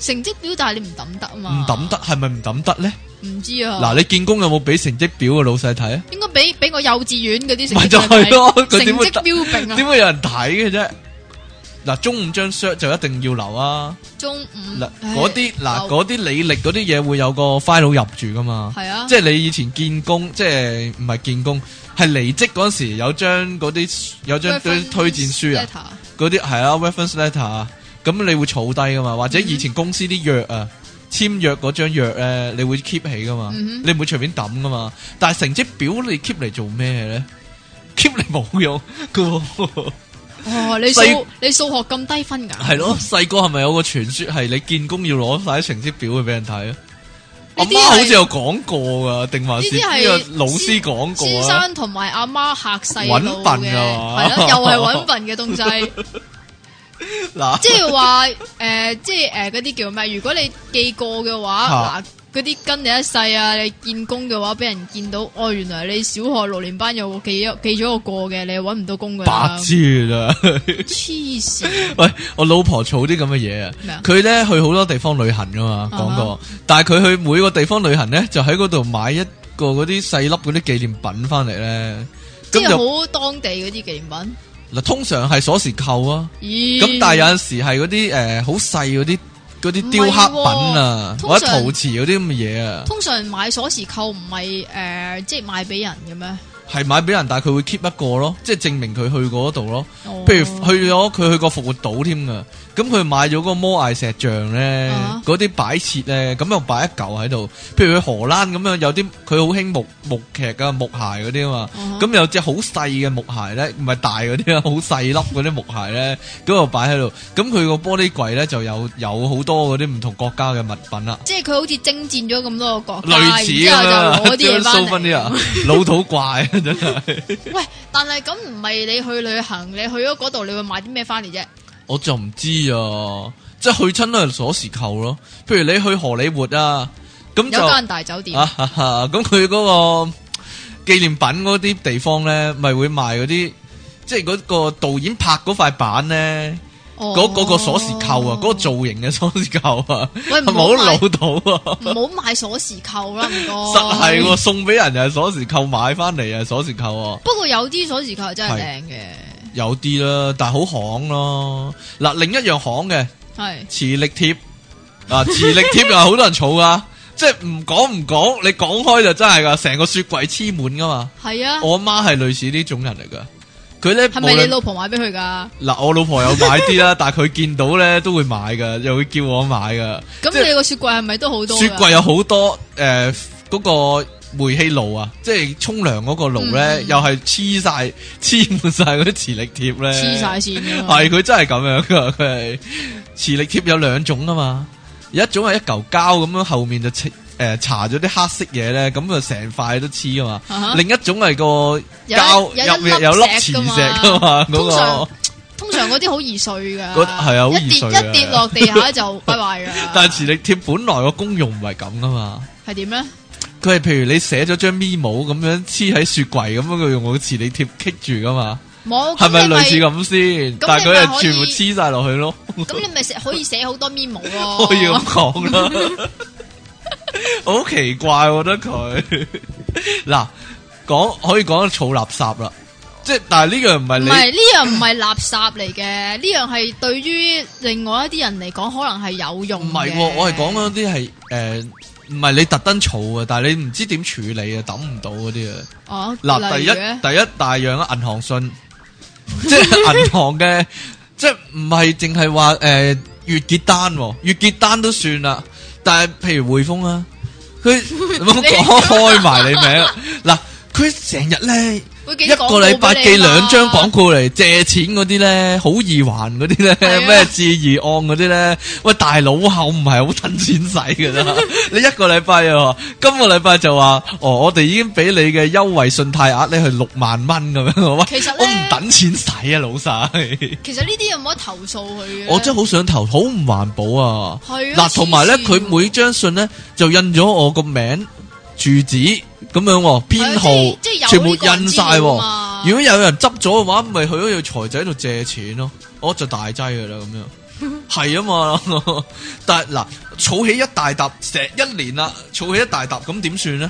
S1: 成績表，但係你唔抌得啊
S2: 唔
S1: 嘛？
S2: 抌得係咪唔抌得咧？
S1: 唔知啊。
S2: 嗱，你見工有冇俾成績表嘅老細睇啊？
S1: 應該俾俾我幼稚園嗰啲成績
S2: 咪就係咯
S1: 表
S2: 佢
S1: 成
S2: 點會
S1: 績標炳啊，
S2: 點會有人睇嘅啫？嗱，中午張 shirt 就一定要留啊！
S1: 中五
S2: 嗱，
S1: 嗯唉
S2: 嗰啲嗱
S1: 留
S2: 嗰啲履歷嗰啲嘢會有個 file 入住噶嘛？
S1: 係啊，
S2: 即係你以前見工，即係唔係見工，係離職嗰時有張嗰啲有張推
S1: reference
S2: 推薦書啊，
S1: letter
S2: 嗰啲係啊 reference letter 啊，咁你會儲低噶嘛？或者
S1: 嗯
S2: 以前公司啲約啊，簽約嗰張約咧，你會 keep 起噶嘛？
S1: 嗯哼
S2: 你唔會隨便抌噶嘛？但係成績表你 keep 嚟做咩咧？keep 嚟冇 用噶喎。
S1: 哦，你
S2: 細啊
S1: 數你數學咁低分㗎？
S2: 系咯，細個係咪有個傳說係你見工要攞晒成績表去俾人睇啊？阿
S1: 呢啲係
S2: 媽好似有講過噶，定還是
S1: 呢啲
S2: 呢
S1: 係
S2: 個老師講
S1: 先
S2: 過啊？
S1: 生同埋阿媽嚇細
S2: 搵
S1: 路嘅，
S2: 笨㗎嘛
S1: 係咯，又係揾笨嘅 東西，
S2: 嗱，
S1: 即係話誒，即係誒嗰啲叫咩？如果你記過嘅
S2: 嚇
S1: 話，嗱嗰啲跟你一世啊，你見工嘅話，俾人見到，哦，原來你小學六年班有記咗記咗個過嘅，你揾唔到工㗎
S2: 白
S1: 啦，
S2: 痴啊啦！
S1: 黐 線
S2: 喂，我老婆儲啲咁嘅嘢啊！
S1: 咩啊？
S2: 佢咧去好多地方旅行噶嘛，
S1: 啊
S2: 講過。但係佢去每個地方旅行咧，就喺嗰度買一個嗰啲細粒嗰啲紀念品翻嚟咧。
S1: 即
S2: 咁
S1: 係
S2: 就
S1: 好當地嗰啲紀念品。
S2: 嗱，通常係鎖匙扣啊。
S1: 咦？
S2: 咁但係有阵时系嗰啲诶好細嗰啲嗰啲雕刻品啊，
S1: 唔係喎
S2: 或者
S1: 通常
S2: 陶瓷嗰啲咁嘅嘢啊。
S1: 通常買鎖匙扣唔係誒，即係賣俾人嘅咩？
S2: 係買俾人，但係佢會 keep 一個咯，即係證明佢去過嗰度咯。
S1: 哦
S2: 譬如去咗佢去過復活島添噶，咁佢買咗個摩艾石像咧
S1: 啊，
S2: 嗰啲擺設咧，咁又擺一嚿喺度。譬如去荷蘭咁樣，有啲佢好興木木劇啊、木鞋嗰啲啊嘛
S1: 啊，
S2: 咁有隻好細嘅木鞋咧，唔係大嗰啲啊，好細粒嗰啲木鞋咧，咁又擺喺度。咁佢個玻璃櫃咧就有有好多嗰啲唔同國家嘅物品啦。
S1: 即係佢好似征戰咗咁多個國家，
S2: 類似咁
S1: 哦然
S2: 啦
S1: 之後就攞啲嘢
S2: 蘇
S1: 翻
S2: 芬啲啊
S1: 嚟。，
S2: 老土怪啊，真係。
S1: 喂，但係咁唔係你去旅行，你去咗嗰度，你會買啲咩翻嚟啫？
S2: 我就唔知啊，即係去親都係鎖匙扣咯。譬如你去荷里活啊，咁
S1: 有
S2: 就
S1: 間大酒店
S2: 啊，哈哈咁佢嗰個紀念品嗰啲地方咧，咪會賣嗰啲，即係嗰個導演拍嗰塊板咧，
S1: 嗰
S2: 嗰嗰個鎖匙扣啊，嗰、個造型嘅 鎖匙扣啊，
S1: 喂
S2: 係
S1: 唔
S2: 咪
S1: 好
S2: 好老
S1: 買
S2: 土啊？
S1: 唔好買鎖匙扣啦，唔該。
S2: 實係喎，送俾人又係鎖匙扣，買翻嚟又係鎖匙扣喎。
S1: 不過有啲鎖匙扣係真係靚嘅，
S2: 有啲啦，但係好行咯。嗱，另一樣行嘅
S1: 係
S2: 磁力貼啊，磁力貼又係好多人儲噶， 即係唔講唔講，你講開就真係噶，成個雪櫃黐滿噶嘛。
S1: 係啊。
S2: 我媽係類似呢種人嚟噶，佢咧
S1: 係咪你
S2: 哦無論
S1: 老婆買俾佢㗎？
S2: 嗱，我老婆有買 啲啦，但係佢見到咧都會買噶，又會叫我買噶。即
S1: 咁
S2: 係
S1: 你個雪櫃係咪都好多㗎？
S2: 雪櫃有好多誒嗰個煤氣爐啊，即係沖涼嗰個爐咧，
S1: 嗯
S2: 又係黐晒黐滿晒嗰啲磁力貼咧，
S1: 黐晒線㗎嘛
S2: 系佢真系咁样噶， 佢系磁力貼有兩種啊嘛，有一種係一嚿膠咁樣，後面就黐诶搽咗啲黑色嘢咧，咁啊成塊都黐啊
S1: 啊
S2: 嘛。
S1: 哈
S2: 另一種係個
S1: 有一
S2: 膠
S1: 有一
S2: 入面
S1: 粒
S2: 有粒磁
S1: 石
S2: 石
S1: 㗎嘛
S2: 噶嘛，嗰
S1: 通
S2: 個
S1: 常。啊通常嗰啲好易碎噶，
S2: 嗰係啊好易
S1: 一
S2: 碎
S1: 跌
S2: 㗎
S1: 一跌落地下就拜拜噶
S2: 。但係磁力貼本來個功用唔係咁噶嘛，
S1: 係點咧？
S2: 佢係譬如你寫咗張咪帽咁樣黐喺雪櫃咁樣，佢用個磁力貼棘住噶嘛，
S1: 冇
S2: 係咪
S1: 哦咁你
S2: 類似咁先？
S1: 咁
S2: 但係
S1: 你咪
S2: 佢
S1: 可
S2: 係
S1: 以
S2: 全部黐晒落去咯。
S1: 咁你咪寫可以寫好多 memo 咯。
S2: 可以咁講啦。 好奇怪，我覺得佢 嗱講可以講儲垃圾啦，即係但係呢樣唔係
S1: 唔
S2: 你
S1: 係呢樣唔係垃圾嚟嘅，呢樣係對於另外一啲人嚟講，可能係有用嘅。
S2: 唔係喎，我係講
S1: 啊，
S2: 嗰啲係誒唔係你特登儲啊，但係你唔知點處理啊，抌唔到嗰啲啊。
S1: 哦，
S2: 嗱，第
S1: 例
S2: 一
S1: 如咧
S2: 第一大樣啊， 銀行信，即係銀行嘅，即係唔係淨係話誒月結單喎，月結單都算啦。但係譬如匯豐啊，佢唔好講開埋你名嗱，佢成日咧
S1: 會
S2: 一
S1: 寄廣告
S2: 個禮拜
S1: 俾
S2: 寄
S1: 你嘛
S2: 兩張廣告嚟借錢嗰啲咧，好易還嗰啲咧，
S1: 係啊
S2: 咩置疑案嗰啲咧，喂大佬後唔係好等錢使 噶啦，你一個禮拜啊，今個禮拜就話哦，我哋已經俾你嘅優惠信貸額咧係六萬蚊咁樣，喂，
S1: 其實呢嗯
S2: 我唔等錢使啊，老細。
S1: 其實呢啲有冇得投訴佢嘅咧？
S2: 我真係好想投，好唔環保啊！
S1: 係啊
S2: 嗱，同埋咧，
S1: 黐線
S2: 佢每張信咧就印咗我個名、住址咁樣喎，編號
S1: 係啊即係即係
S2: 全
S1: 有
S2: 部
S1: 呢個人
S2: 印晒
S1: 資料
S2: 喎。
S1: 啊嘛
S2: 如果有人執咗嘅話，咪去咗佢財仔度借錢咯，我就大劑噶啦 咁樣。係啊嘛， 但係嗱，儲起一大沓，成一年啦，儲起一大沓，咁點算咧？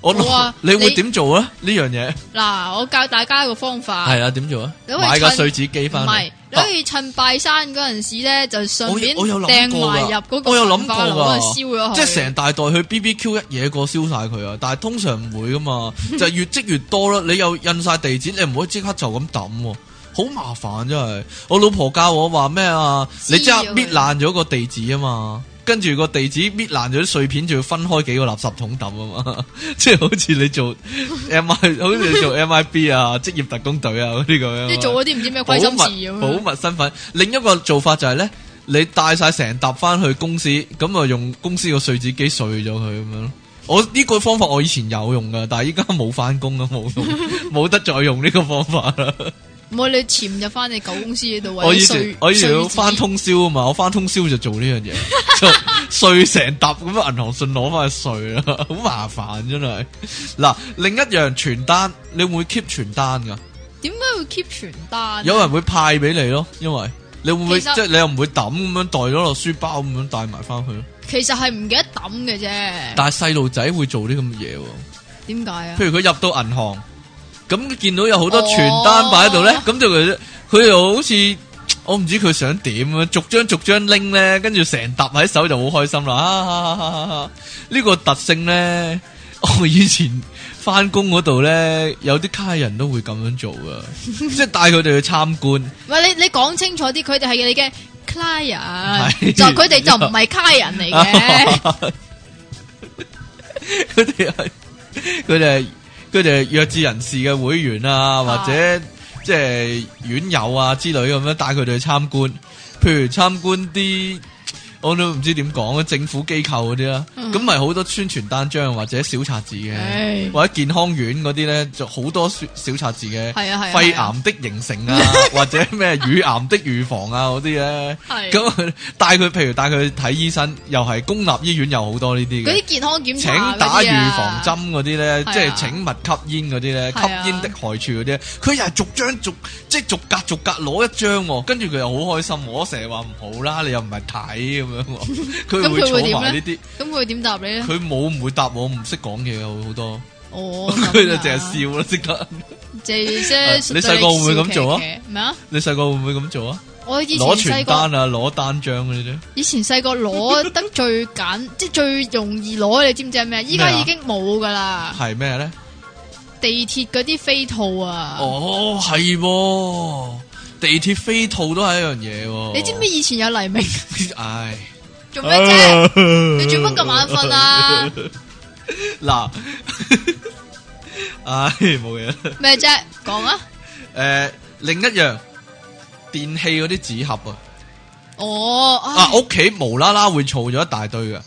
S2: 我
S1: 冇啊
S2: 你會
S1: 你
S2: 點做啊？呢樣嘢
S1: 嗱，我教大家一個方法，
S2: 係啊，點做啊？
S1: 你可以
S2: 買個
S1: 趁
S2: 碎紙機
S1: 唔
S2: 翻嚟
S1: 係，你可以趁拜山嗰陣時咧，就順便
S2: 我有我有諗
S1: 掟
S2: 過
S1: 埋
S2: 㗎
S1: 入嗰個
S2: 我有諗
S1: 焚化
S2: 過
S1: 爐嗰
S2: 㗎
S1: 度燒咗佢。
S2: 即係成大袋去 BBQ 一嘢過燒晒佢啊！但係通常唔會 噶嘛，就係越積越多啦。你又印晒地址，你唔可以即刻就咁抌喎，好麻煩真係。我老婆教我話咩啊？
S1: 撕
S2: 你即刻
S1: 咗佢
S2: 搣爛咗個地址啊嘛，跟住個地址搣爛咗啲碎片，仲要分開幾個垃圾桶抌啊嘛， 即係好似你做 M I，好似你做 M I B 啊，職業特工隊啊嗰啲咁樣啊。
S1: 即係做嗰啲唔知咩
S2: 保
S1: 歸心事
S2: 密
S1: 咁啊
S2: 保
S1: 樣。
S2: 密身份。另一個做法就係咧，你帶晒成沓翻去公司，咁啊用公司個碎紙機碎咗佢咁樣咯。我呢、個方法我以前有用噶，但係依家冇翻工啊，冇 用，冇得再用呢個方法啦。
S1: 唔係你潛入翻你舊公司嗰度，
S2: 我
S1: 或者
S2: 以
S1: 碎
S2: 前我以前要
S1: 碎紙
S2: 翻通宵啊嘛，我翻通宵就做呢 樣嘢，就碎成沓咁樣銀行信攞翻去碎啦，好麻煩真係。嗱，另一樣傳單，你會唔會 keep 傳單噶？
S1: 點解會 keep 傳單？
S2: 有人會派俾你咯，因為你會唔會即
S1: 其實
S2: 係你又唔會抌咁樣袋咗落書包咁樣帶埋翻去咯？
S1: 其實係唔記得抌嘅啫。
S2: 但係細路仔會做啲咁嘅嘢喎，
S1: 點解啊？
S2: 譬如佢入到銀行，咁見到有好多
S1: 哦
S2: 傳單擺喺度咧，咁就佢佢又好似我唔知佢想點啊，逐張逐張拎咧，跟住成沓喺手就好開心啦！啊哈哈哈哈呢個特性咧，我以前翻工嗰度咧，有啲卡人都會咁樣做噶， 即係帶佢哋去參觀。
S1: 唔係你你講清楚啲，佢哋係你嘅 client，
S2: 係
S1: 就佢哋就唔係 client 嚟嘅。
S2: 佢哋係佢哋係佢哋係弱智人士嘅會員啊，
S1: 啊
S2: 或者即係院友啊之類咁樣帶佢哋去參觀，譬如參觀啲我都唔知點講啊，政府機構嗰啲啦，
S1: 嗯
S2: 咁咪好多宣傳單張或者小冊子嘅。
S1: 唉
S2: 或者健康院嗰啲咧，就好多小小冊子嘅，
S1: 係啊係啊
S2: 肺
S1: 係啊
S2: 癌的形成啊，或者咩乳癌的預防啊嗰啲咧，
S1: 係
S2: 咁佢帶佢，譬如帶佢去睇醫生，又係公立醫院有好多呢啲
S1: 嗰
S2: 嘅
S1: 啲。健康檢
S2: 請
S1: 查
S2: 打
S1: 嗰啲
S2: 預
S1: 啊
S2: 防針嗰啲咧，
S1: 係啊
S2: 即係請勿吸煙嗰啲
S1: 係
S2: 咧，吸
S1: 啊
S2: 煙的害處嗰啲呢，佢又係逐張逐即係逐格逐格攞一張喎，跟住佢又好開心喎。我成日話唔好啦，你又唔係睇咁樣喎，佢
S1: 咁
S2: 會
S1: 佢會點
S2: 坐埋呢
S1: 呢
S2: 啲，
S1: 咁佢點答你咧？
S2: 佢冇唔會答我，唔識講嘢有好多，
S1: 哦，咁啊
S2: 佢就淨係笑啦，即刻。
S1: 即係
S2: 你細個會唔會咁做啊？
S1: 咩啊？
S2: 你細個會唔會咁做啊？
S1: 我以前
S2: 攞傳
S1: 細個，
S2: 單啊，攞單張嗰啲啫。
S1: 以前細個攞得最簡， 即係最容易攞，你知唔知係咩？依家
S2: 咩啊
S1: 已經冇噶啦，
S2: 係咩咧？
S1: 地鐵嗰啲飛套啊！
S2: 哦，係喎，地鐵飛套都係一樣嘢喎。
S1: 你知唔知？以前有 黎明
S2: 唉，
S1: 做咩啫？
S2: 你
S1: 你做乜咁眼瞓啊？
S2: 嗱， 唉，冇嘢啦。
S1: 咩啫？講啊！
S2: 誒，另一樣電器嗰啲紙盒啊，
S1: 哦，
S2: 啊，
S1: 唉
S2: 屋企無啦啦會儲咗一大堆嘅，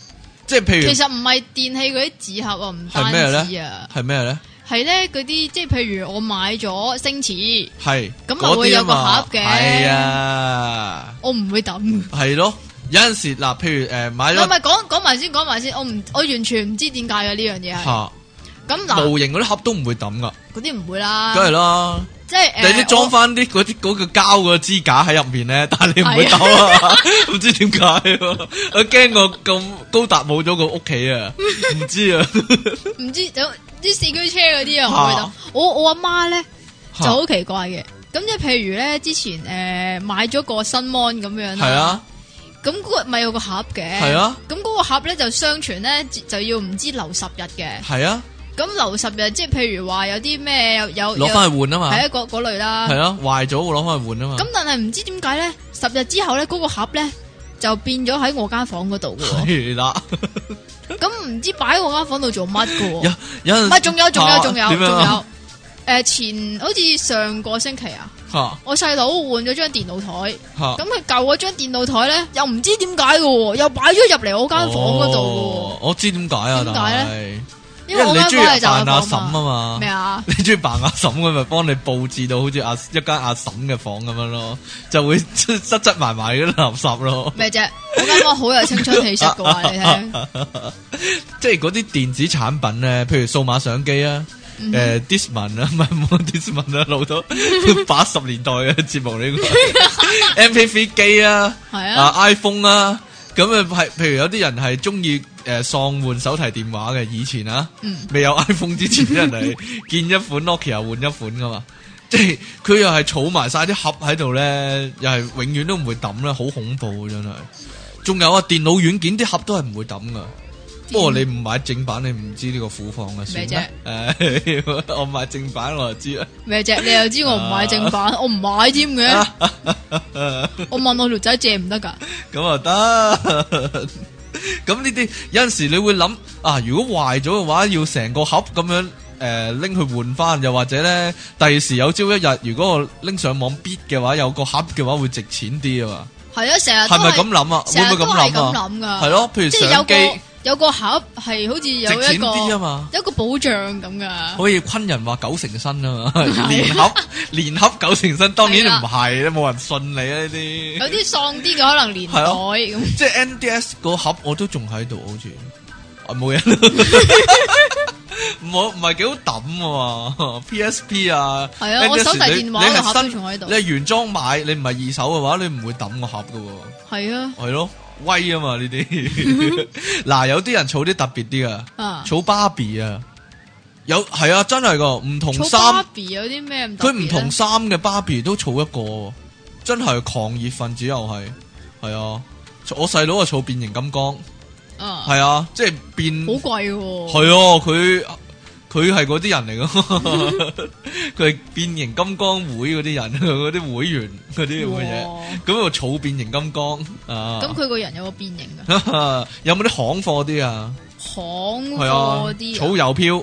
S2: 即係譬
S1: 其
S2: 如
S1: 實唔係電器嗰啲紙盒啊，唔
S2: 係咩
S1: 單止
S2: 咧
S1: 啊？，
S2: 係咩咧？
S1: 係咧嗰啲即係譬如我買咗星馳，
S2: 係
S1: 咁咪
S2: 嗰啲
S1: 會有
S2: 啊嘛
S1: 個盒嘅
S2: 係啊。
S1: 我唔會抌。
S2: 系咯，有阵时嗱，譬如诶、呃、买
S1: 唔係唔
S2: 咗
S1: 係，講講埋先，講埋先，我唔我完全唔知點解嘅呢樣嘢係。
S2: 吓
S1: 咁嗱，
S2: 模型嗰啲盒都唔會抌噶，
S1: 嗰啲唔會啦，
S2: 梗係啦。
S1: 即係
S2: 你啲
S1: 啊誒，
S2: 裝
S1: 裝
S2: 翻啲嗰啲嗰個膠個支架喺入面咧，但係你唔會
S1: 係啊
S2: 抌啊， 唔知點解喎，我驚我咁高達冇咗個屋企啊，唔知啊，
S1: 唔知有啲四驅車嗰啲啊，
S2: 嚇
S1: 我會抌。我我阿媽咧就
S2: 嚇
S1: 好奇怪嘅，咁即係譬如咧之前誒買咗個新 mon 咁樣
S2: 係，啊，
S1: 咁嗰個咪有個盒嘅，
S2: 係啊，
S1: 咁嗰個盒咧就相傳咧就要唔知留十日嘅，
S2: 係啊，
S1: 咁留十日即係譬如話有啲咩有哦有
S2: 攞翻去換啊嘛，
S1: 係一個嗰類啦
S2: 係，啊，壞咗我攞翻去換啊嘛
S1: 咁，但係唔知點解咧，十日之後咧嗰個盒咧就變咗喺我間房嗰度嘅喎。
S2: 系啦，
S1: 咁唔知擺喺我間房度做乜嘅喎？
S2: 有有
S1: 哦 唔係，啊仲有仲有仲有
S2: 點樣
S1: 仲
S2: 啊
S1: 有。诶，前好似上個星期啊，
S2: 吓
S1: 我細佬換咗張電腦台，
S2: 吓
S1: 咁佢舊嗰張電腦台咧，又唔知點解嘅喎，又擺咗入嚟我間房嗰度
S2: 哦我知點解啊，
S1: 點解
S2: 但
S1: 呢
S2: 係
S1: 嘅喎，因
S2: 因
S1: 為我
S2: 你
S1: 間
S2: 中意
S1: 房係就
S2: 扮阿
S1: 有
S2: 嬸啊
S1: 房嘛。
S2: 嘛
S1: 咩。啊？
S2: 你中意扮阿嬸佢咪幫你佈置到好似阿一間阿嬸嘅房咁樣咯，就會塞塞埋埋嗰啲垃圾咯，
S1: 咩啫？我間房好有青春氣息嘅話， 你聽。
S2: 即係嗰啲電子產品咧，譬如數碼相機啊，
S1: 嗯
S2: 誒 Discman 啊，唔 係唔好 Discman 啊，老到 八十年代嘅節目呢 個 MP3 機啊，
S1: 係啊
S2: 啊 iPhone 啊，咁啊係，譬如有啲人係中意誒喪換手提電話嘅，以前啊。
S1: 嗯，
S2: 未有 iPhone 之前，啲 人係見一款 Nokia 換一款噶嘛，即係佢又係儲埋晒啲盒喺度咧，又係永遠都唔會抌啦，好恐怖啊真係。仲有啊，電腦軟件啲盒都係唔會抌噶。不過你唔買正版，你唔知呢個苦況啊， 算啦。唉我買正版我就知啦。
S1: 咩啫？你又知我唔買正
S2: 啊
S1: 版，我唔買添 嘅。我問我條仔借唔得㗎？
S2: 咁啊得。 咁呢啲有陣時你會諗啊，如果壞咗嘅話，要成個盒咁樣誒拎、去換翻，又或者咧，第二時有朝一日，如果我拎上網 bid 嘅話，有個盒嘅話會值錢啲啊
S1: 係啊，成
S2: 嘛，
S1: 日都
S2: 係咪
S1: 係
S2: 咁諗啊？
S1: 成日
S2: 會唔會
S1: 都
S2: 咁
S1: 係
S2: 諗
S1: 咁
S2: 啊？
S1: 諗
S2: 係
S1: 㗎。
S2: 咯，譬如
S1: 即係有
S2: 相機
S1: 個有個盒係好似有
S2: 值
S1: 一
S2: 錢
S1: 個
S2: 啲啊嘛，
S1: 有一個保障咁㗎。
S2: 可以昆人話九成新啊嘛，連盒連盒九成新，當然唔係啦，冇人信你啊呢
S1: 有
S2: 啲。
S1: 啲喪啲嘅可能連袋
S2: 係咯
S1: 咁，
S2: 即系 NDS 個盒我都仲喺度，好似啊冇嘢 啦，冇唔係幾好抌啊嘛，PSP 啊，
S1: 係啊我
S2: NDS
S1: 手提電話
S2: 你你係
S1: 個盒都
S2: 新
S1: 仲喺度
S2: 你係原裝買，你唔係二手嘅話，你唔會抌個盒 噶，
S1: 係啊
S2: 係咯，威啊嘛呢啲，嗱有啲人儲啲特別啲噶，
S1: 啊！
S2: 儲芭比啊，有係啊真係噶，唔同
S1: 儲芭
S2: 衫，
S1: 比有啲咩唔特
S2: 佢
S1: 別啊
S2: 唔
S1: 呢
S2: 同衫嘅芭比都儲一個喎，真係狂熱分子又係，係啊，我細佬啊儲變形金剛。
S1: 啊，
S2: 系啊，即系变
S1: 好
S2: 系
S1: 貴喎。
S2: 啊，佢佢系嗰啲人嚟噶，佢 系变形金刚会嗰啲人，嗰啲会员嗰啲咁嘅嘢，
S1: 哇
S2: 咁又储变形金刚啊。
S1: 咁佢個人有個變形㗎，
S2: 有冇啲行貨啲啊？
S1: 行
S2: 係啊
S1: 貨，啲啊
S2: 儲郵票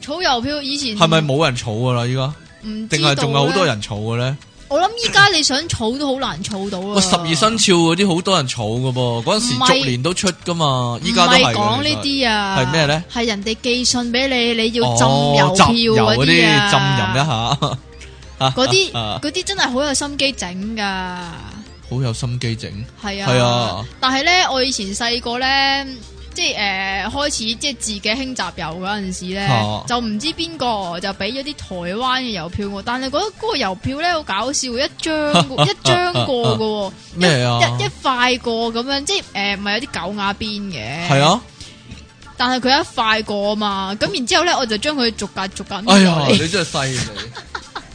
S1: 草郵票以前
S2: 係咪冇人儲噶啦？依家
S1: 唔
S2: 定
S1: 係
S2: 係仲有好多？人儲嘅咧？
S1: 我諗依家你想儲都好難儲到
S2: 喂，
S1: 啊！
S2: 十二生肖嗰啲好多人儲噶噃，嗰陣時
S1: 唔係
S2: 逐年都出噶嘛，依
S1: 唔
S2: 家都係
S1: 係
S2: 㗎
S1: 講呢
S2: 其實
S1: 啲啊，
S2: 係咩呢
S1: 係人哋寄信俾你，你要浸
S2: 哦
S1: 郵
S2: 浸
S1: 票
S2: 郵嗰啲，浸
S1: 啲啊，
S2: 淫一下。
S1: 嗰啲
S2: 啊
S1: 嗰啲真係好有心機整噶，
S2: 好有心機整，
S1: 係啊，
S2: 係啊。
S1: 但係咧，我以前細個咧，即係诶、呃、开始即係自己興集郵嗰陣時咧，
S2: 啊
S1: 就唔知邊個就俾咗啲台灣嘅郵票我，但係覺得嗰個郵票咧好搞笑，一 張一張過噶喎，
S2: 咩啊
S1: 一一塊過咁樣，即係诶唔係有啲狗牙邊嘅，
S2: 係啊，
S1: 但係佢一塊過啊嘛，咁然之后咧我就將佢逐格逐格搣
S2: 哎
S1: 落
S2: 呀，
S1: 嚟
S2: 你真係犀利，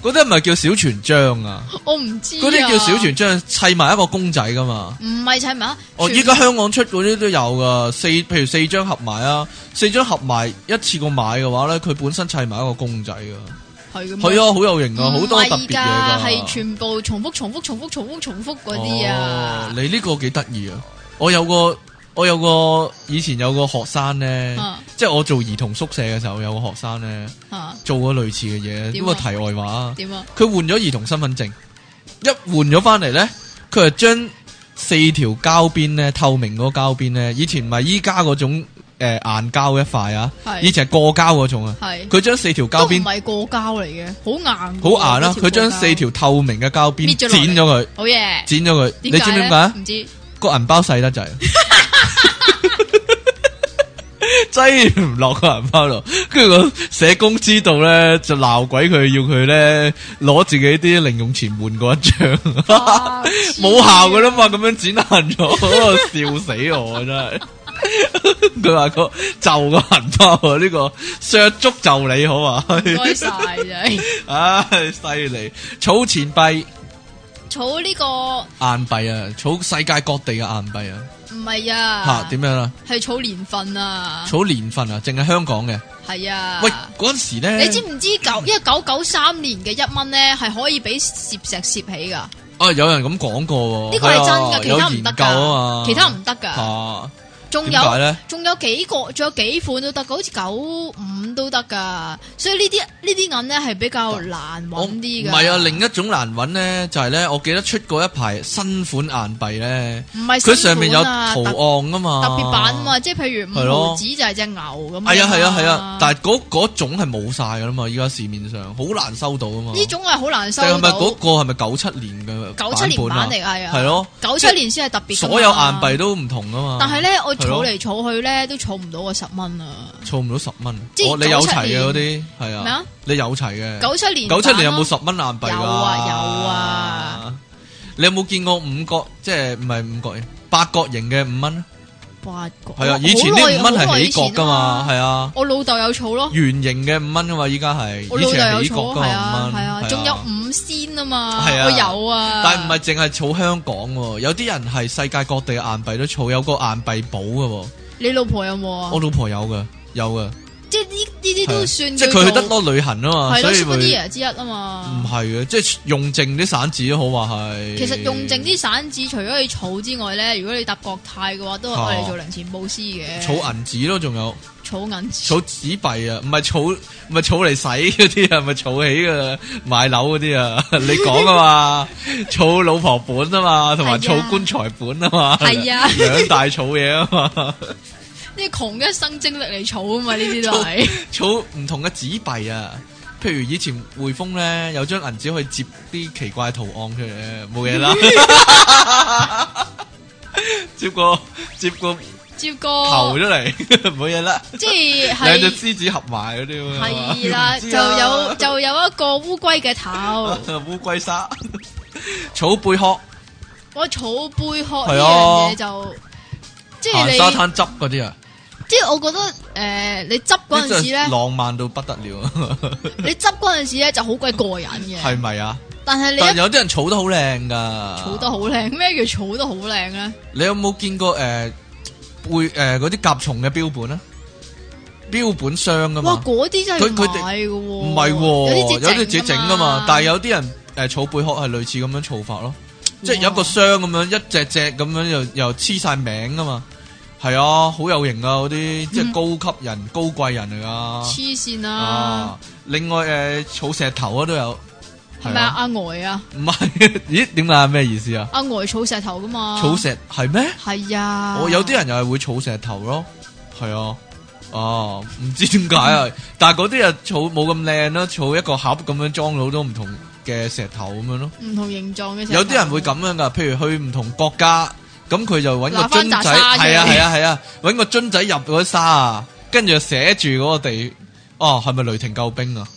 S2: 嗰啲唔係叫小全章啊，
S1: 我唔知
S2: 嗰啲
S1: 啊
S2: 叫小全章，砌埋一個公仔噶嘛。
S1: 唔係砌埋啊，
S2: 哦，
S1: 全
S2: 依家香港出嗰啲都有噶，四譬如四張合埋啊，四張合埋一次過買嘅話咧，佢本身砌埋一個公仔噶，
S1: 係咁
S2: 係啊，好有型啊，好
S1: 唔
S2: 多
S1: 係
S2: 特別嘢
S1: 㗎
S2: 噶，
S1: 係全部重複、重複、重複、重複、重複嗰啲啊
S2: 哦。你呢個幾得意啊！我有個我有個以前有個學生咧，
S1: 啊
S2: 即係我做兒童宿舍嘅時候，有個學生咧。
S1: 嚇
S2: 做過類似嘅
S1: 點啊
S2: 嘢，呢個題外話。
S1: 點啊？
S2: 佢換咗兒童身份證，一換咗翻嚟呢，佢係將四條膠邊呢，透明嗰個膠邊呢，以前唔係依家嗰種、呃、硬膠一塊啊，
S1: 係
S2: 以前係過膠嗰種啊。
S1: 係
S2: 佢將四條
S1: 都
S2: 膠
S1: 唔
S2: 邊
S1: 係過膠嚟嘅，好硬
S2: 好
S1: 㗎喎。
S2: 硬啦，
S1: 嗰條
S2: 佢將
S1: 過膠
S2: 四條透明嘅膠
S1: 搣
S2: 邊
S1: 咗落嚟
S2: 剪咗佢，
S1: 好嘢。
S2: 剪咗佢。你
S1: 點
S2: 知唔知點
S1: 咧
S2: 解啊？
S1: 唔知
S2: 個銀包細 得滯，擠唔落個銀包度，跟住個社工知道咧就鬧鬼佢，要佢咧攞自己啲零用錢換過一張，
S1: 啊
S2: 冇效噶啦嘛，咁樣剪爛咗， 笑死我真係。佢話個就個銀包啊，呢、個削足就你好啊，
S1: 唔該晒 真係。
S2: 唉犀利，儲錢幣
S1: 儲呢個
S2: 硬幣啊，儲世界各地嘅硬幣啊，
S1: 唔係
S2: 吓
S1: 啊，
S2: 點樣啊？
S1: 係儲年份啊，
S2: 草年份啊，淨係香港嘅。
S1: 係啊。
S2: 喂，嗰阵时咧，
S1: 你知唔知九一九九三年嘅一蚊咧係可以俾攝石攝起㗎？
S2: 啊啊，有人咁講過喎，
S1: 呢個係
S2: 係啊
S1: 真㗎其他唔得㗎
S2: 有研究啊嘛，
S1: 其他唔得噶，
S2: 啊，
S1: 仲
S2: 點
S1: 有
S2: 解咧？
S1: 仲有幾個，仲有幾款都得㗎，好似九五都得㗎，所以呢啲呢啲銀咧係比較難
S2: 我
S1: 揾
S2: 哦唔
S1: 啲㗎。
S2: 係啊，另一種難揾咧，就係咧，我記得出過一排新款硬幣咧，
S1: 唔係
S2: 佢
S1: 新
S2: 上面有
S1: 款啊
S2: 圖
S1: 特
S2: 案啊嘛，
S1: 特別版啊嘛，即係譬如
S2: 係
S1: 五毫
S2: 咯
S1: 子就係只牛咁樣。
S2: 係啊係啊係啊，但係嗰嗰種係冇晒噶啦嘛，依家市面上好難收到啊嘛。
S1: 呢種係好難收
S2: 但係咪
S1: 到。
S2: 嗰個係咪九七年嘅
S1: 九七年版嚟
S2: 本
S1: 㗎係啊，
S2: 啊？係咯，
S1: 九七年先係特別。
S2: 所有硬幣，都唔同啊嘛。
S1: 但係咧我
S2: 係咯
S1: 儲嚟儲去咧都儲唔到個十蚊啊！
S2: 儲唔到十蚊，
S1: 即係
S2: 我你有齊
S1: 97
S2: 嘅
S1: 年
S2: 嗰啲係
S1: 咩
S2: 啊
S1: 啊，
S2: 你有齊嘅。
S1: 九七年
S2: 九七年有冇
S1: 版
S2: 十蚊硬幣㗎？
S1: 有啊有啊！
S2: 你有冇見過五角即係唔係五角形八角形嘅五蚊咧？
S1: 咯八個？
S2: 係啊，
S1: 我
S2: 以前啲五蚊
S1: 好耐
S2: 係起角
S1: 好
S2: 㗎嘛，
S1: 耐以前啊
S2: 係啊，
S1: 我老豆有儲咯。
S2: 圓形嘅五蚊啊㗎嘛，依家係
S1: 我
S2: 以
S1: 老豆
S2: 前係
S1: 有
S2: 起角
S1: 儲係
S2: 㗎嘛，
S1: 啊
S2: 五蚊
S1: 係啊，仲有
S2: 啊
S1: 五仙啊嘛，
S2: 係啊
S1: 我有啊，
S2: 但唔係淨係儲香港喎，有啲人係世界各地嘅硬幣都儲，有個硬幣簿嘅喎。
S1: 你老婆有冇啊
S2: 我？老婆有嘅，有嘅，
S1: 即係呢呢啲
S2: 係啊
S1: 都算
S2: 即係佢去得多旅行啊嘛，
S1: 係
S2: 所
S1: 咯
S2: 以會唔
S1: ，Souvenir 之一啊嘛。
S2: 係嘅，即係用剩啲散紙都好話係。
S1: 其實用剩啲散紙，除咗你儲之外咧，如果你搭國泰嘅話，都係嚟做零錢布施嘅。
S2: 儲銀紙咯，仲有
S1: 儲銀紙，
S2: 儲紙幣啊，唔係儲唔係儲嚟使嗰啲啊，唔係儲起嘅買樓嗰啲啊， 你講啊嘛，儲老婆本啊嘛，同埋
S1: 係啊
S2: 儲棺材本啊嘛，
S1: 係啊
S2: 兩大儲嘢啊嘛。
S1: 呢窮一生精力嚟儲啊嘛，呢啲都係。
S2: 儲唔同嘅紙幣啊，譬如以前匯豐咧有張銀紙可以接啲奇怪圖案出嚟咧，冇 嘢啦。 接個接個
S1: 接
S2: 頭
S1: 個
S2: 出嚟， 冇嘢啦。
S1: 即係
S2: 兩隻
S1: 係
S2: 獅子合埋嗰啲啊嘛
S1: 係啦，
S2: 唔
S1: 就
S2: 知啊
S1: 有就有一個烏龜嘅頭。
S2: 烏龜沙、草貝殼、
S1: 我儲貝殼
S2: 係
S1: 呢樣
S2: 啊
S1: 嘢就即係
S2: 行沙
S1: 你，
S2: 灘汁嗰啲啊，
S1: 即係我覺得誒，你執嗰陣時
S2: 真
S1: 咧
S2: 係，浪漫到不得了，
S1: 你執嗰陣時咧就好鬼過癮嘅。
S2: 係咪啊？
S1: 但係你
S2: 但
S1: 一
S2: 有啲人儲得好靚噶，
S1: 儲得好靚，咩叫儲得好靚咧？
S2: 你有冇見過誒貝誒嗰啲甲蟲嘅標本啊？標本箱噶
S1: 哇，
S2: 嘛，
S1: 嗰啲真係
S2: 佢佢哋
S1: 買嘅喎，唔
S2: 唔係喎，有
S1: 有
S2: 啲
S1: 啲
S2: 自己整噶嘛，但係有啲人誒儲貝殼係類似咁樣儲法咯，即係有一個箱咁樣，一隻隻咁樣又又黐晒名噶嘛，係啊，好有型啊嗰啲，即係高級人、高貴人嚟噶。
S1: 嗯黐線啦
S2: 啊，，另外誒儲石頭啊都有，
S1: 係咪啊？？阿呆啊，
S2: 唔係， 咦？點解咩意思啊？
S1: 阿呆儲石頭噶嘛？
S2: 儲石係咩？
S1: 係啊，
S2: 我有啲人又係會儲石頭咯，係啊，啊唔知點解啊，但係嗰啲啊儲冇咁靚啦，儲一個盒咁樣裝到好多唔同嘅石頭咁樣咯。
S1: 唔同形狀嘅石頭，
S2: 有啲人會咁樣噶，譬如去唔同國家，咁佢就揾個
S1: 拿返
S2: 樽
S1: 扎
S2: 仔，
S1: 沙出嚟
S2: 係啊係啊係啊，揾、個樽仔入嗰啲沙啊，跟住就寫住嗰個地，哦係咪雷霆救兵啊？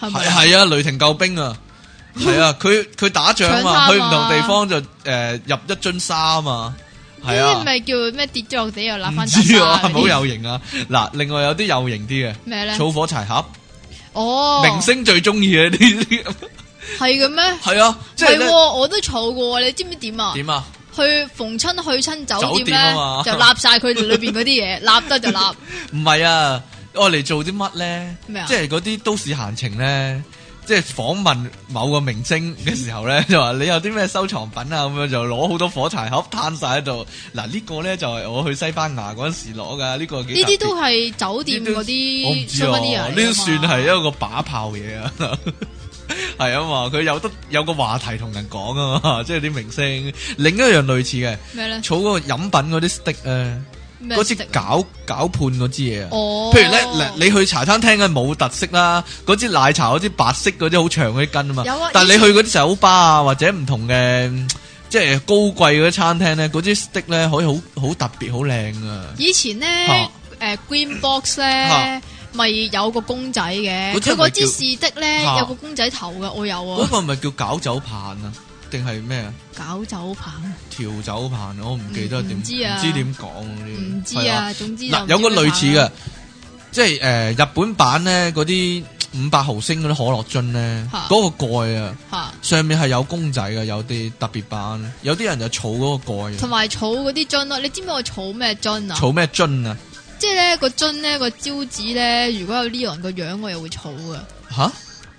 S1: 係
S2: 係
S1: 咪啊？
S2: 係啊，雷霆救兵啊！係啊，佢佢打仗
S1: 搶
S2: 嘛，
S1: 灘
S2: 去唔同地
S1: 啊
S2: 方就誒、呃入一樽沙嘛，係
S1: 呢
S2: 啊
S1: 啲。咪叫咩跌咗落地又揦
S2: 唔
S1: 翻
S2: 知啊，
S1: 係
S2: 好有型啊！嗱，另外有啲有型啲
S1: 咩
S2: 嘅，
S1: 咧？
S2: 草火柴盒，
S1: 哦，
S2: 明星最中意嘅呢啲，
S1: 係嘅咩？
S2: 係啊，即係
S1: 係
S2: 咧
S1: 喎，我都儲過喎，你知唔知點啊？
S2: 點啊？
S1: 去逢親去親酒
S2: 酒店啊
S1: 店咧
S2: 嘛，
S1: 就立晒佢哋裏邊嗰啲嘢，立得就立，
S2: 唔係啊，我嚟做啲乜咧？
S1: 咩啊
S2: 即係嗰啲都市閒情咧，即係訪問某個明星嘅時候咧，就 話你有啲咩收藏品啊？咁樣就攞好多火柴盒攤晒喺度。嗱，呢個咧就係我去西班牙嗰陣時攞噶，呢 個幾
S1: 呢啲
S2: 特別
S1: 都係酒店嗰
S2: 我唔
S1: 啲
S2: 知啊，
S1: souvenir 嚟㗎
S2: 呢
S1: 嘛
S2: 啲算係一個把炮嘢啊， 係啊嘛，佢有得有個話題同人講啊嘛， 即係啲明星。另一樣類似嘅，
S1: 咩咧？
S2: 儲嗰個飲品嗰啲 stick 咧，
S1: 咩
S2: 嗰支
S1: 色啊
S2: 攪攪判嗰支嘢啊。
S1: 哦，
S2: 譬如咧，嗱你去茶餐廳嘅冇特色啦，嗰支奶茶嗰支白色嗰啲好長嗰啲根啊嘛。
S1: 有啊
S2: 但係
S1: 以
S2: 你去嗰啲酒吧啊，或者唔同嘅嗯即係高貴嗰啲餐廳咧，嗰支 stick 咧可以好好特別好靚啊！
S1: 以前咧
S2: 嚇，
S1: 誒 Green Box
S2: 嚇
S1: 咧，咪有個公仔嘅，
S2: 嗰隻
S1: 佢
S2: 咪
S1: 嗰支
S2: 叫
S1: 士的咧
S2: 嚇
S1: 有個公仔頭嘅，我有
S2: 嗰
S1: 啊，
S2: 個咪叫搞酒棒啊，定係咩啊？
S1: 搞酒棒，
S2: 調酒棒，我唔記得
S1: 嗯
S2: 點，唔
S1: 唔知啊
S2: 知點講嗰啲
S1: 唔知
S2: 嗯係
S1: 啊，總之就
S2: 嗱有個類似嘅，即係诶日本版咧嗰啲五百毫升嗰啲可樂樽咧，
S1: 嚇
S2: 嗰個蓋啊，
S1: 嚇，
S2: 上面係有公仔嘅，有啲特別版，有啲人就儲嗰個蓋
S1: 同
S2: 啊，
S1: 埋儲嗰啲樽咯，你知唔知我儲咩樽啊？
S2: 儲咩樽啊？
S1: 即係咧個樽咧個招紙咧，如果有 Leon 個樣，我又會儲噶，
S2: 吓？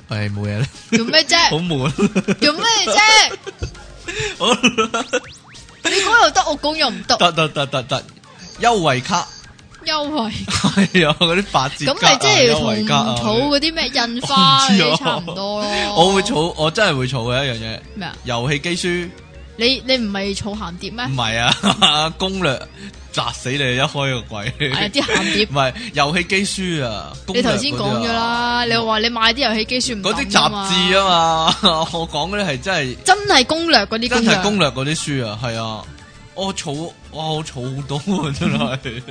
S2: 誒冇嘢咧，
S1: 做咩
S2: 好
S1: 啫？
S2: 悶。
S1: 做咩啫？
S2: 好
S1: 你嗰度得我公又唔得
S2: 得得得得得，優惠卡
S1: 優惠，
S2: 係啊，嗰啲八折
S1: 咁
S2: 卡啊
S1: 咪即係
S2: 優惠
S1: 同
S2: 卡啊
S1: 儲嗰 啲咩印花
S2: 我唔知啊
S1: 嗰啲差唔多咯。
S2: 我會儲，我真係會儲嘅一樣嘢，
S1: 咩啊？
S2: 遊戲機書。
S1: 你你唔係儲鹹碟咩
S2: 唔？係啊， 攻略砸死你！一開個
S1: 係
S2: 櫃，
S1: 啲鹹碟
S2: 唔。係遊戲機書啊，攻
S1: 哎你
S2: 略
S1: 頭先
S2: 嗰啲啊
S1: 講咗，啦，你話你買啲遊戲機算唔
S2: 嗰啲
S1: 抌㗎
S2: 雜
S1: 嘛
S2: 誌，啊嘛， 我講嗰啲係真係
S1: 真係攻略嗰啲
S2: 真係攻
S1: 略，
S2: 略嗰啲書啊，係啊，我儲哇我儲好多啊，真 係，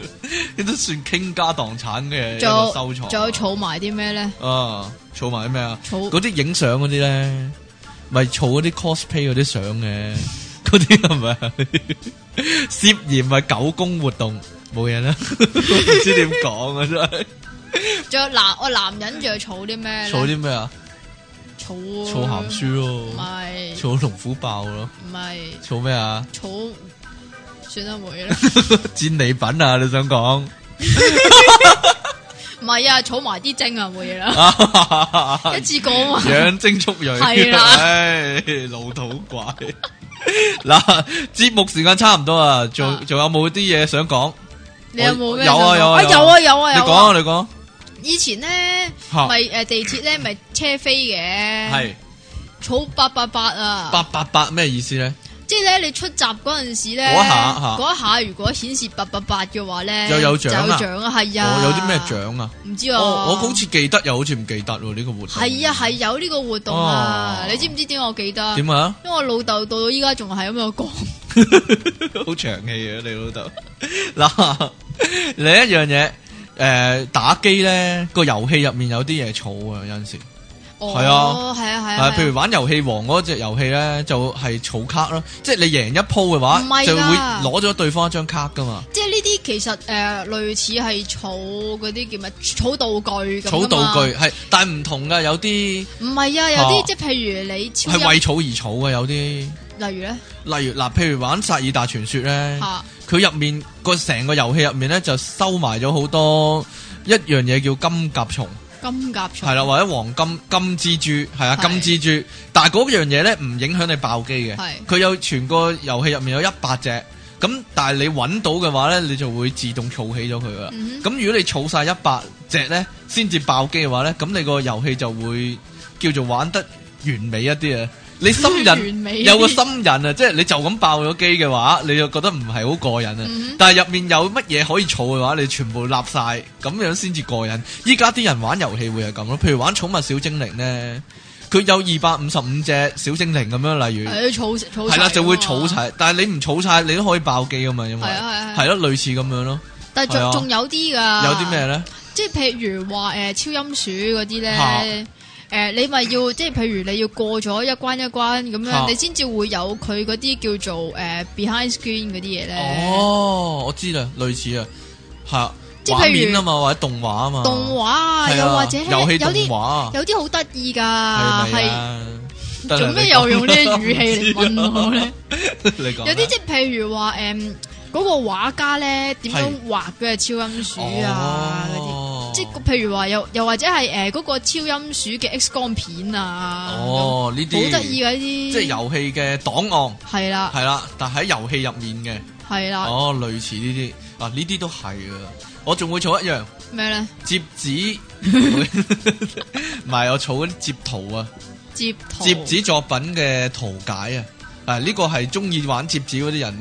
S2: 你都算傾家蕩產嘅一
S1: 仲
S2: 個
S1: 有
S2: 收藏啊。
S1: 仲有儲埋啲咩咧？
S2: 啊，儲埋啲咩啊？嗰
S1: 儲
S2: 啲影相嗰啲咧，咪儲嗰啲 cosplay 嗰啲相嘅， 嗰啲係咪啊涉嫌係狗公活動？冇 嘢啦，唔知點講啊真係。
S1: 仲有男我男人仲有儲啲咩咧？
S2: 儲啲咩啊？
S1: 儲唔
S2: 儲鹹書咯，
S1: 係
S2: 儲龍虎豹咯，
S1: 唔係
S2: 儲咩啊？
S1: 儲，算啦冇嘢啦。
S2: 戰利品啊！你 想講？
S1: 唔係啊，儲埋啲精啊冇嘢啦，一
S2: 養
S1: 次過啊 嘛。
S2: 精蓄鋭，
S1: 係啦
S2: 唉，老土怪。嗱，節目時間差唔多啊，仲
S1: 啊
S2: 仲有冇啲嘢想講？
S1: 你有冇咩
S2: 有
S1: 想
S2: 啊
S1: 講？
S2: 有啊
S1: 啊
S2: 有
S1: 有
S2: 啊
S1: 啊有啊
S2: 你
S1: 有
S2: 講
S1: 啊！
S2: 啊，你啊講。
S1: 以前咧
S2: 嚇
S1: 咪啊誒地鐵咧咪車飛嘅，
S2: 系
S1: 儲八八八啊。
S2: 八八八咩意思咧？
S1: 即系咧，你出闸嗰阵时咧，
S2: 嗰一下嚇
S1: 嗰一下如果顯示八八八嘅話咧，
S2: 就有獎
S1: 就有
S2: 啊
S1: 獎啊，係啊，
S2: 我有啲咩？獎啊？
S1: 唔知啊，
S2: 我我好似記得又好似唔記得喎呢個活動。
S1: 係啊，係有呢個活動啊
S2: 哦，
S1: 你知唔知點解我記得？
S2: 點啊？
S1: 因為我老豆到到依家仲係咁樣講，
S2: 好長氣啊！你老豆 嗱，另一樣嘢诶，誒打機咧個遊戲入面有啲嘢儲啊，有阵时
S1: 哦
S2: 係啊，
S1: 係啊，係
S2: 啊
S1: 啊，，
S2: 譬如玩遊戲王嗰只遊戲咧，就係儲卡啦，即係你贏一鋪嘅
S1: 唔
S2: 話，
S1: 係㗎啊
S2: 就會攞咗對方一張卡噶嘛，
S1: 即係呢啲其實诶类似係儲嗰啲叫咩？儲道具咁㗎嘛
S2: 儲道具，係，但係唔同噶，有啲
S1: 唔係啊，有啲
S2: 啊
S1: 即係譬如你超
S2: 係為儲而儲嘅，有啲。
S1: 音，例如咧
S2: 例如嗱，譬如玩《薩爾達傳說》咧，
S1: 吓
S2: 佢入面個成個遊戲入面咧就收埋咗好多一樣嘢叫金甲蟲，
S1: 金甲蟲
S2: 係啦，或者黃金金蜘蛛，係啊，金
S1: 係
S2: 蜘蛛。但係嗰樣嘢咧唔影響你爆機嘅，
S1: 係
S2: 佢有全個遊戲入面有一百隻，咁但係你揾到嘅話咧，你就會自動儲起咗佢噶啦。
S1: 嗯哼
S2: 咁、如果你儲晒一百隻咧，先至爆機嘅話咧，咁你個遊戲就會叫做玩得完美一啲啊！你心 人。
S1: 完美
S2: 有個心癮啊，即係你就咁爆咗機嘅話，你就覺得唔係好過癮啊。
S1: 嗯
S2: 但係入面有乜嘢可以儲嘅話，你全部立晒，咁樣先至過癮。依家啲人玩遊戲會係咁咯，譬如玩寵物小精靈呢，佢有二百五十五隻小精靈咁樣，例 如
S1: 係儲儲
S2: 係啦，
S1: 齊
S2: 就會
S1: 㗎嘛
S2: 儲晒。但係你唔儲晒，你都可以爆機噶嘛，因為
S1: 係啊係啊係啊
S2: 係咯，類似咁樣咯。
S1: 但係
S2: 係啊
S1: 仲仲有啲噶，
S2: 有啲咩？呢？
S1: 即係譬如話诶、呃超音鼠嗰啲咧，
S2: 嚇
S1: 诶、你咪要即係譬如你要過咗一關一關咁
S2: 嚇
S1: 樣，你先至會有佢嗰啲叫做诶、呃 behind screen 嗰啲嘢咧。
S2: 哦，我知啦，類似啊，嚇
S1: 即係譬
S2: 畫
S1: 如
S2: 面啊嘛，或者動畫啊嘛，
S1: 動畫啊，
S2: 係
S1: 又
S2: 啊
S1: 或者
S2: 遊戲
S1: 有
S2: 動
S1: 啲
S2: 畫啊。
S1: 有啲好得意
S2: 係
S1: 噶，
S2: 咪
S1: 係
S2: 啊？得啊啦
S1: 做咩
S2: 你
S1: 又用呢啲
S2: 講
S1: 語氣嚟問我咧？
S2: 你講啦啊
S1: 有啲即係譬如話诶嗰個畫家咧點樣畫嘅超音鼠啊嗰啲。
S2: 哦
S1: 即係譬如話又又或者係诶嗰個超音鼠嘅 X 光片啊，
S2: 哦呢
S1: 咁
S2: 啲
S1: 好得意嘅啊呢啲，啊
S2: 即係遊戲嘅檔案
S1: 係啦
S2: 係啦，但喺遊戲入面
S1: 係
S2: 嘅
S1: 啦
S2: 哦，類似呢啲啊，呢啲都係啊。我仲會儲一樣
S1: 咩咧？
S2: 摺 紙，唔係我儲嗰啲摺圖啊，
S1: 接圖
S2: 摺紙作品嘅圖解啊。啊！呢個係中意玩摺紙嗰啲人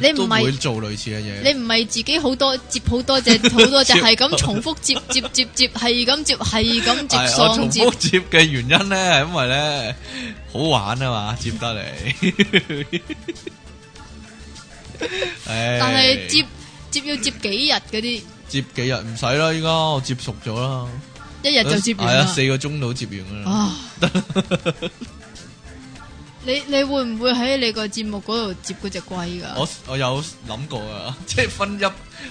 S2: 咧，
S1: 你
S2: 都
S1: 唔係
S2: 會做類似嘅嘢。
S1: 你唔係自己好多接好多 隻好多隻
S2: 接
S1: 係咁重複接 接接接係咁接係咁接
S2: 係我
S1: 喪
S2: 重
S1: 接
S2: 複接嘅原因咧，係因為咧好玩啊嘛，接得 嚟。
S1: 但
S2: 但
S1: 係接接要接幾日嗰啲，
S2: 接幾日唔使啦，依家我接熟咗啦，
S1: 一日就接完
S2: 係啊，
S1: 啦。
S2: 四個鐘到接完噶啦。
S1: 啊！ 你你會唔會喺你個節目嗰度接嗰只龜噶？
S2: 我我有諗過啊， 即係分一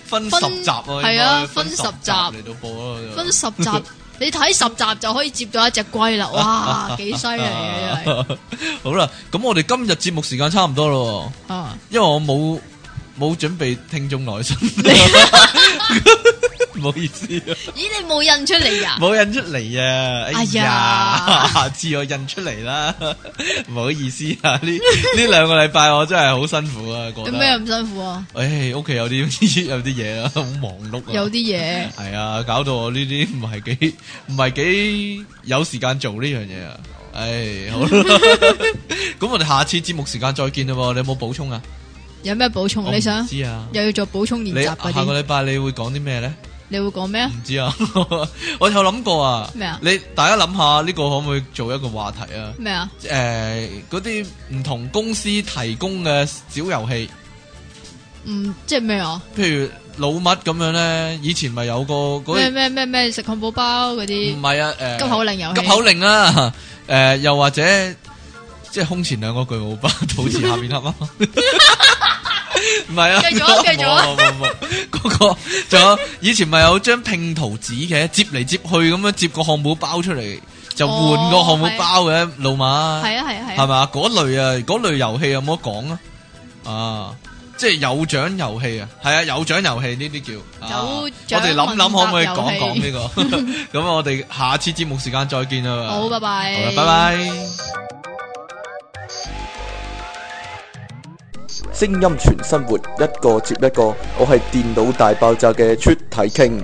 S2: 分
S1: 分
S2: 十集啊，
S1: 係
S2: 應
S1: 啊
S2: 該
S1: 分十集
S2: 嚟到播啊啦。
S1: 分十集， 你睇十集就可以接到一隻龜啦！ 哇，幾犀利啊！真係
S2: 好啦，咁我哋今日節目時間差唔多咯喎。
S1: 啊！
S2: 因为我冇冇准备听众来信，唔唔好意思啊，
S1: 咦，你冇印出嚟啊？
S2: 冇印出嚟啊！哎
S1: 哎
S2: 呀
S1: 呀，
S2: 下次我印出嚟啦，唔好意思啊，呢呢兩個禮拜我真係好辛苦啊，覺
S1: 有咩
S2: 得。
S1: 咁辛苦啊？
S2: 唉，屋企有啲 有啲嘢啊，好忙碌啊。
S1: 有啲嘢
S2: 系啊，搞到我呢啲 唔係幾唔係幾有時間做呢樣嘢啊！唉，好 啦，咁我哋下次節目時間再見啦喎，你有冇補充啊？
S1: 有咩補充？
S2: 我唔
S1: 你想
S2: 知啊？
S1: 又要做補充練
S2: 你
S1: 習
S2: 下
S1: 嗰
S2: 個
S1: 啲，
S2: 禮拜你會講啲咩咧？
S1: 你會講咩啊？
S2: 唔知啊， 我有諗過啊。
S1: 咩啊
S2: 你大家諗下呢個可唔可以做一個話題啊？
S1: 咩啊？
S2: 诶、嗰啲唔同公司提供嘅小遊戲，
S1: 嗯，即係咩啊？
S2: 譬如老麥咁樣咧，以前咪有個嗰
S1: 咩咩咩咩食漢堡包嗰
S2: 唔
S1: 啲
S2: 係啊，诶、
S1: 急口令遊戲
S2: 急口令啊， 诶、又或者即係空前兩個巨 無霸，肚臍下面黑啊， 唔係啊，
S1: 繼續啊繼續啊
S2: 冇冇冇冇嗰個仲有以前咪有張拼圖紙嘅，接嚟接去咁樣接個漢堡包出嚟，就換
S1: 哦
S2: 個漢堡包嘅、老馬，
S1: 係啊係啊係
S2: 係
S1: 啊，
S2: 咪啊？嗰類啊，嗰類遊戲有冇得講啊？啊！即係有獎遊戲啊，係啊，有獎遊戲呢啲叫。啊
S1: 有獎
S2: 我哋諗諗可唔可以
S1: 問
S2: 講
S1: 答遊戲
S2: 講呢個？ 咁我哋下次節目時間再見啦。
S1: 好，拜拜，
S2: 啊好啦，拜。拜。
S4: 聲音全生活，一個接一個。我係電腦大爆炸嘅出體傾。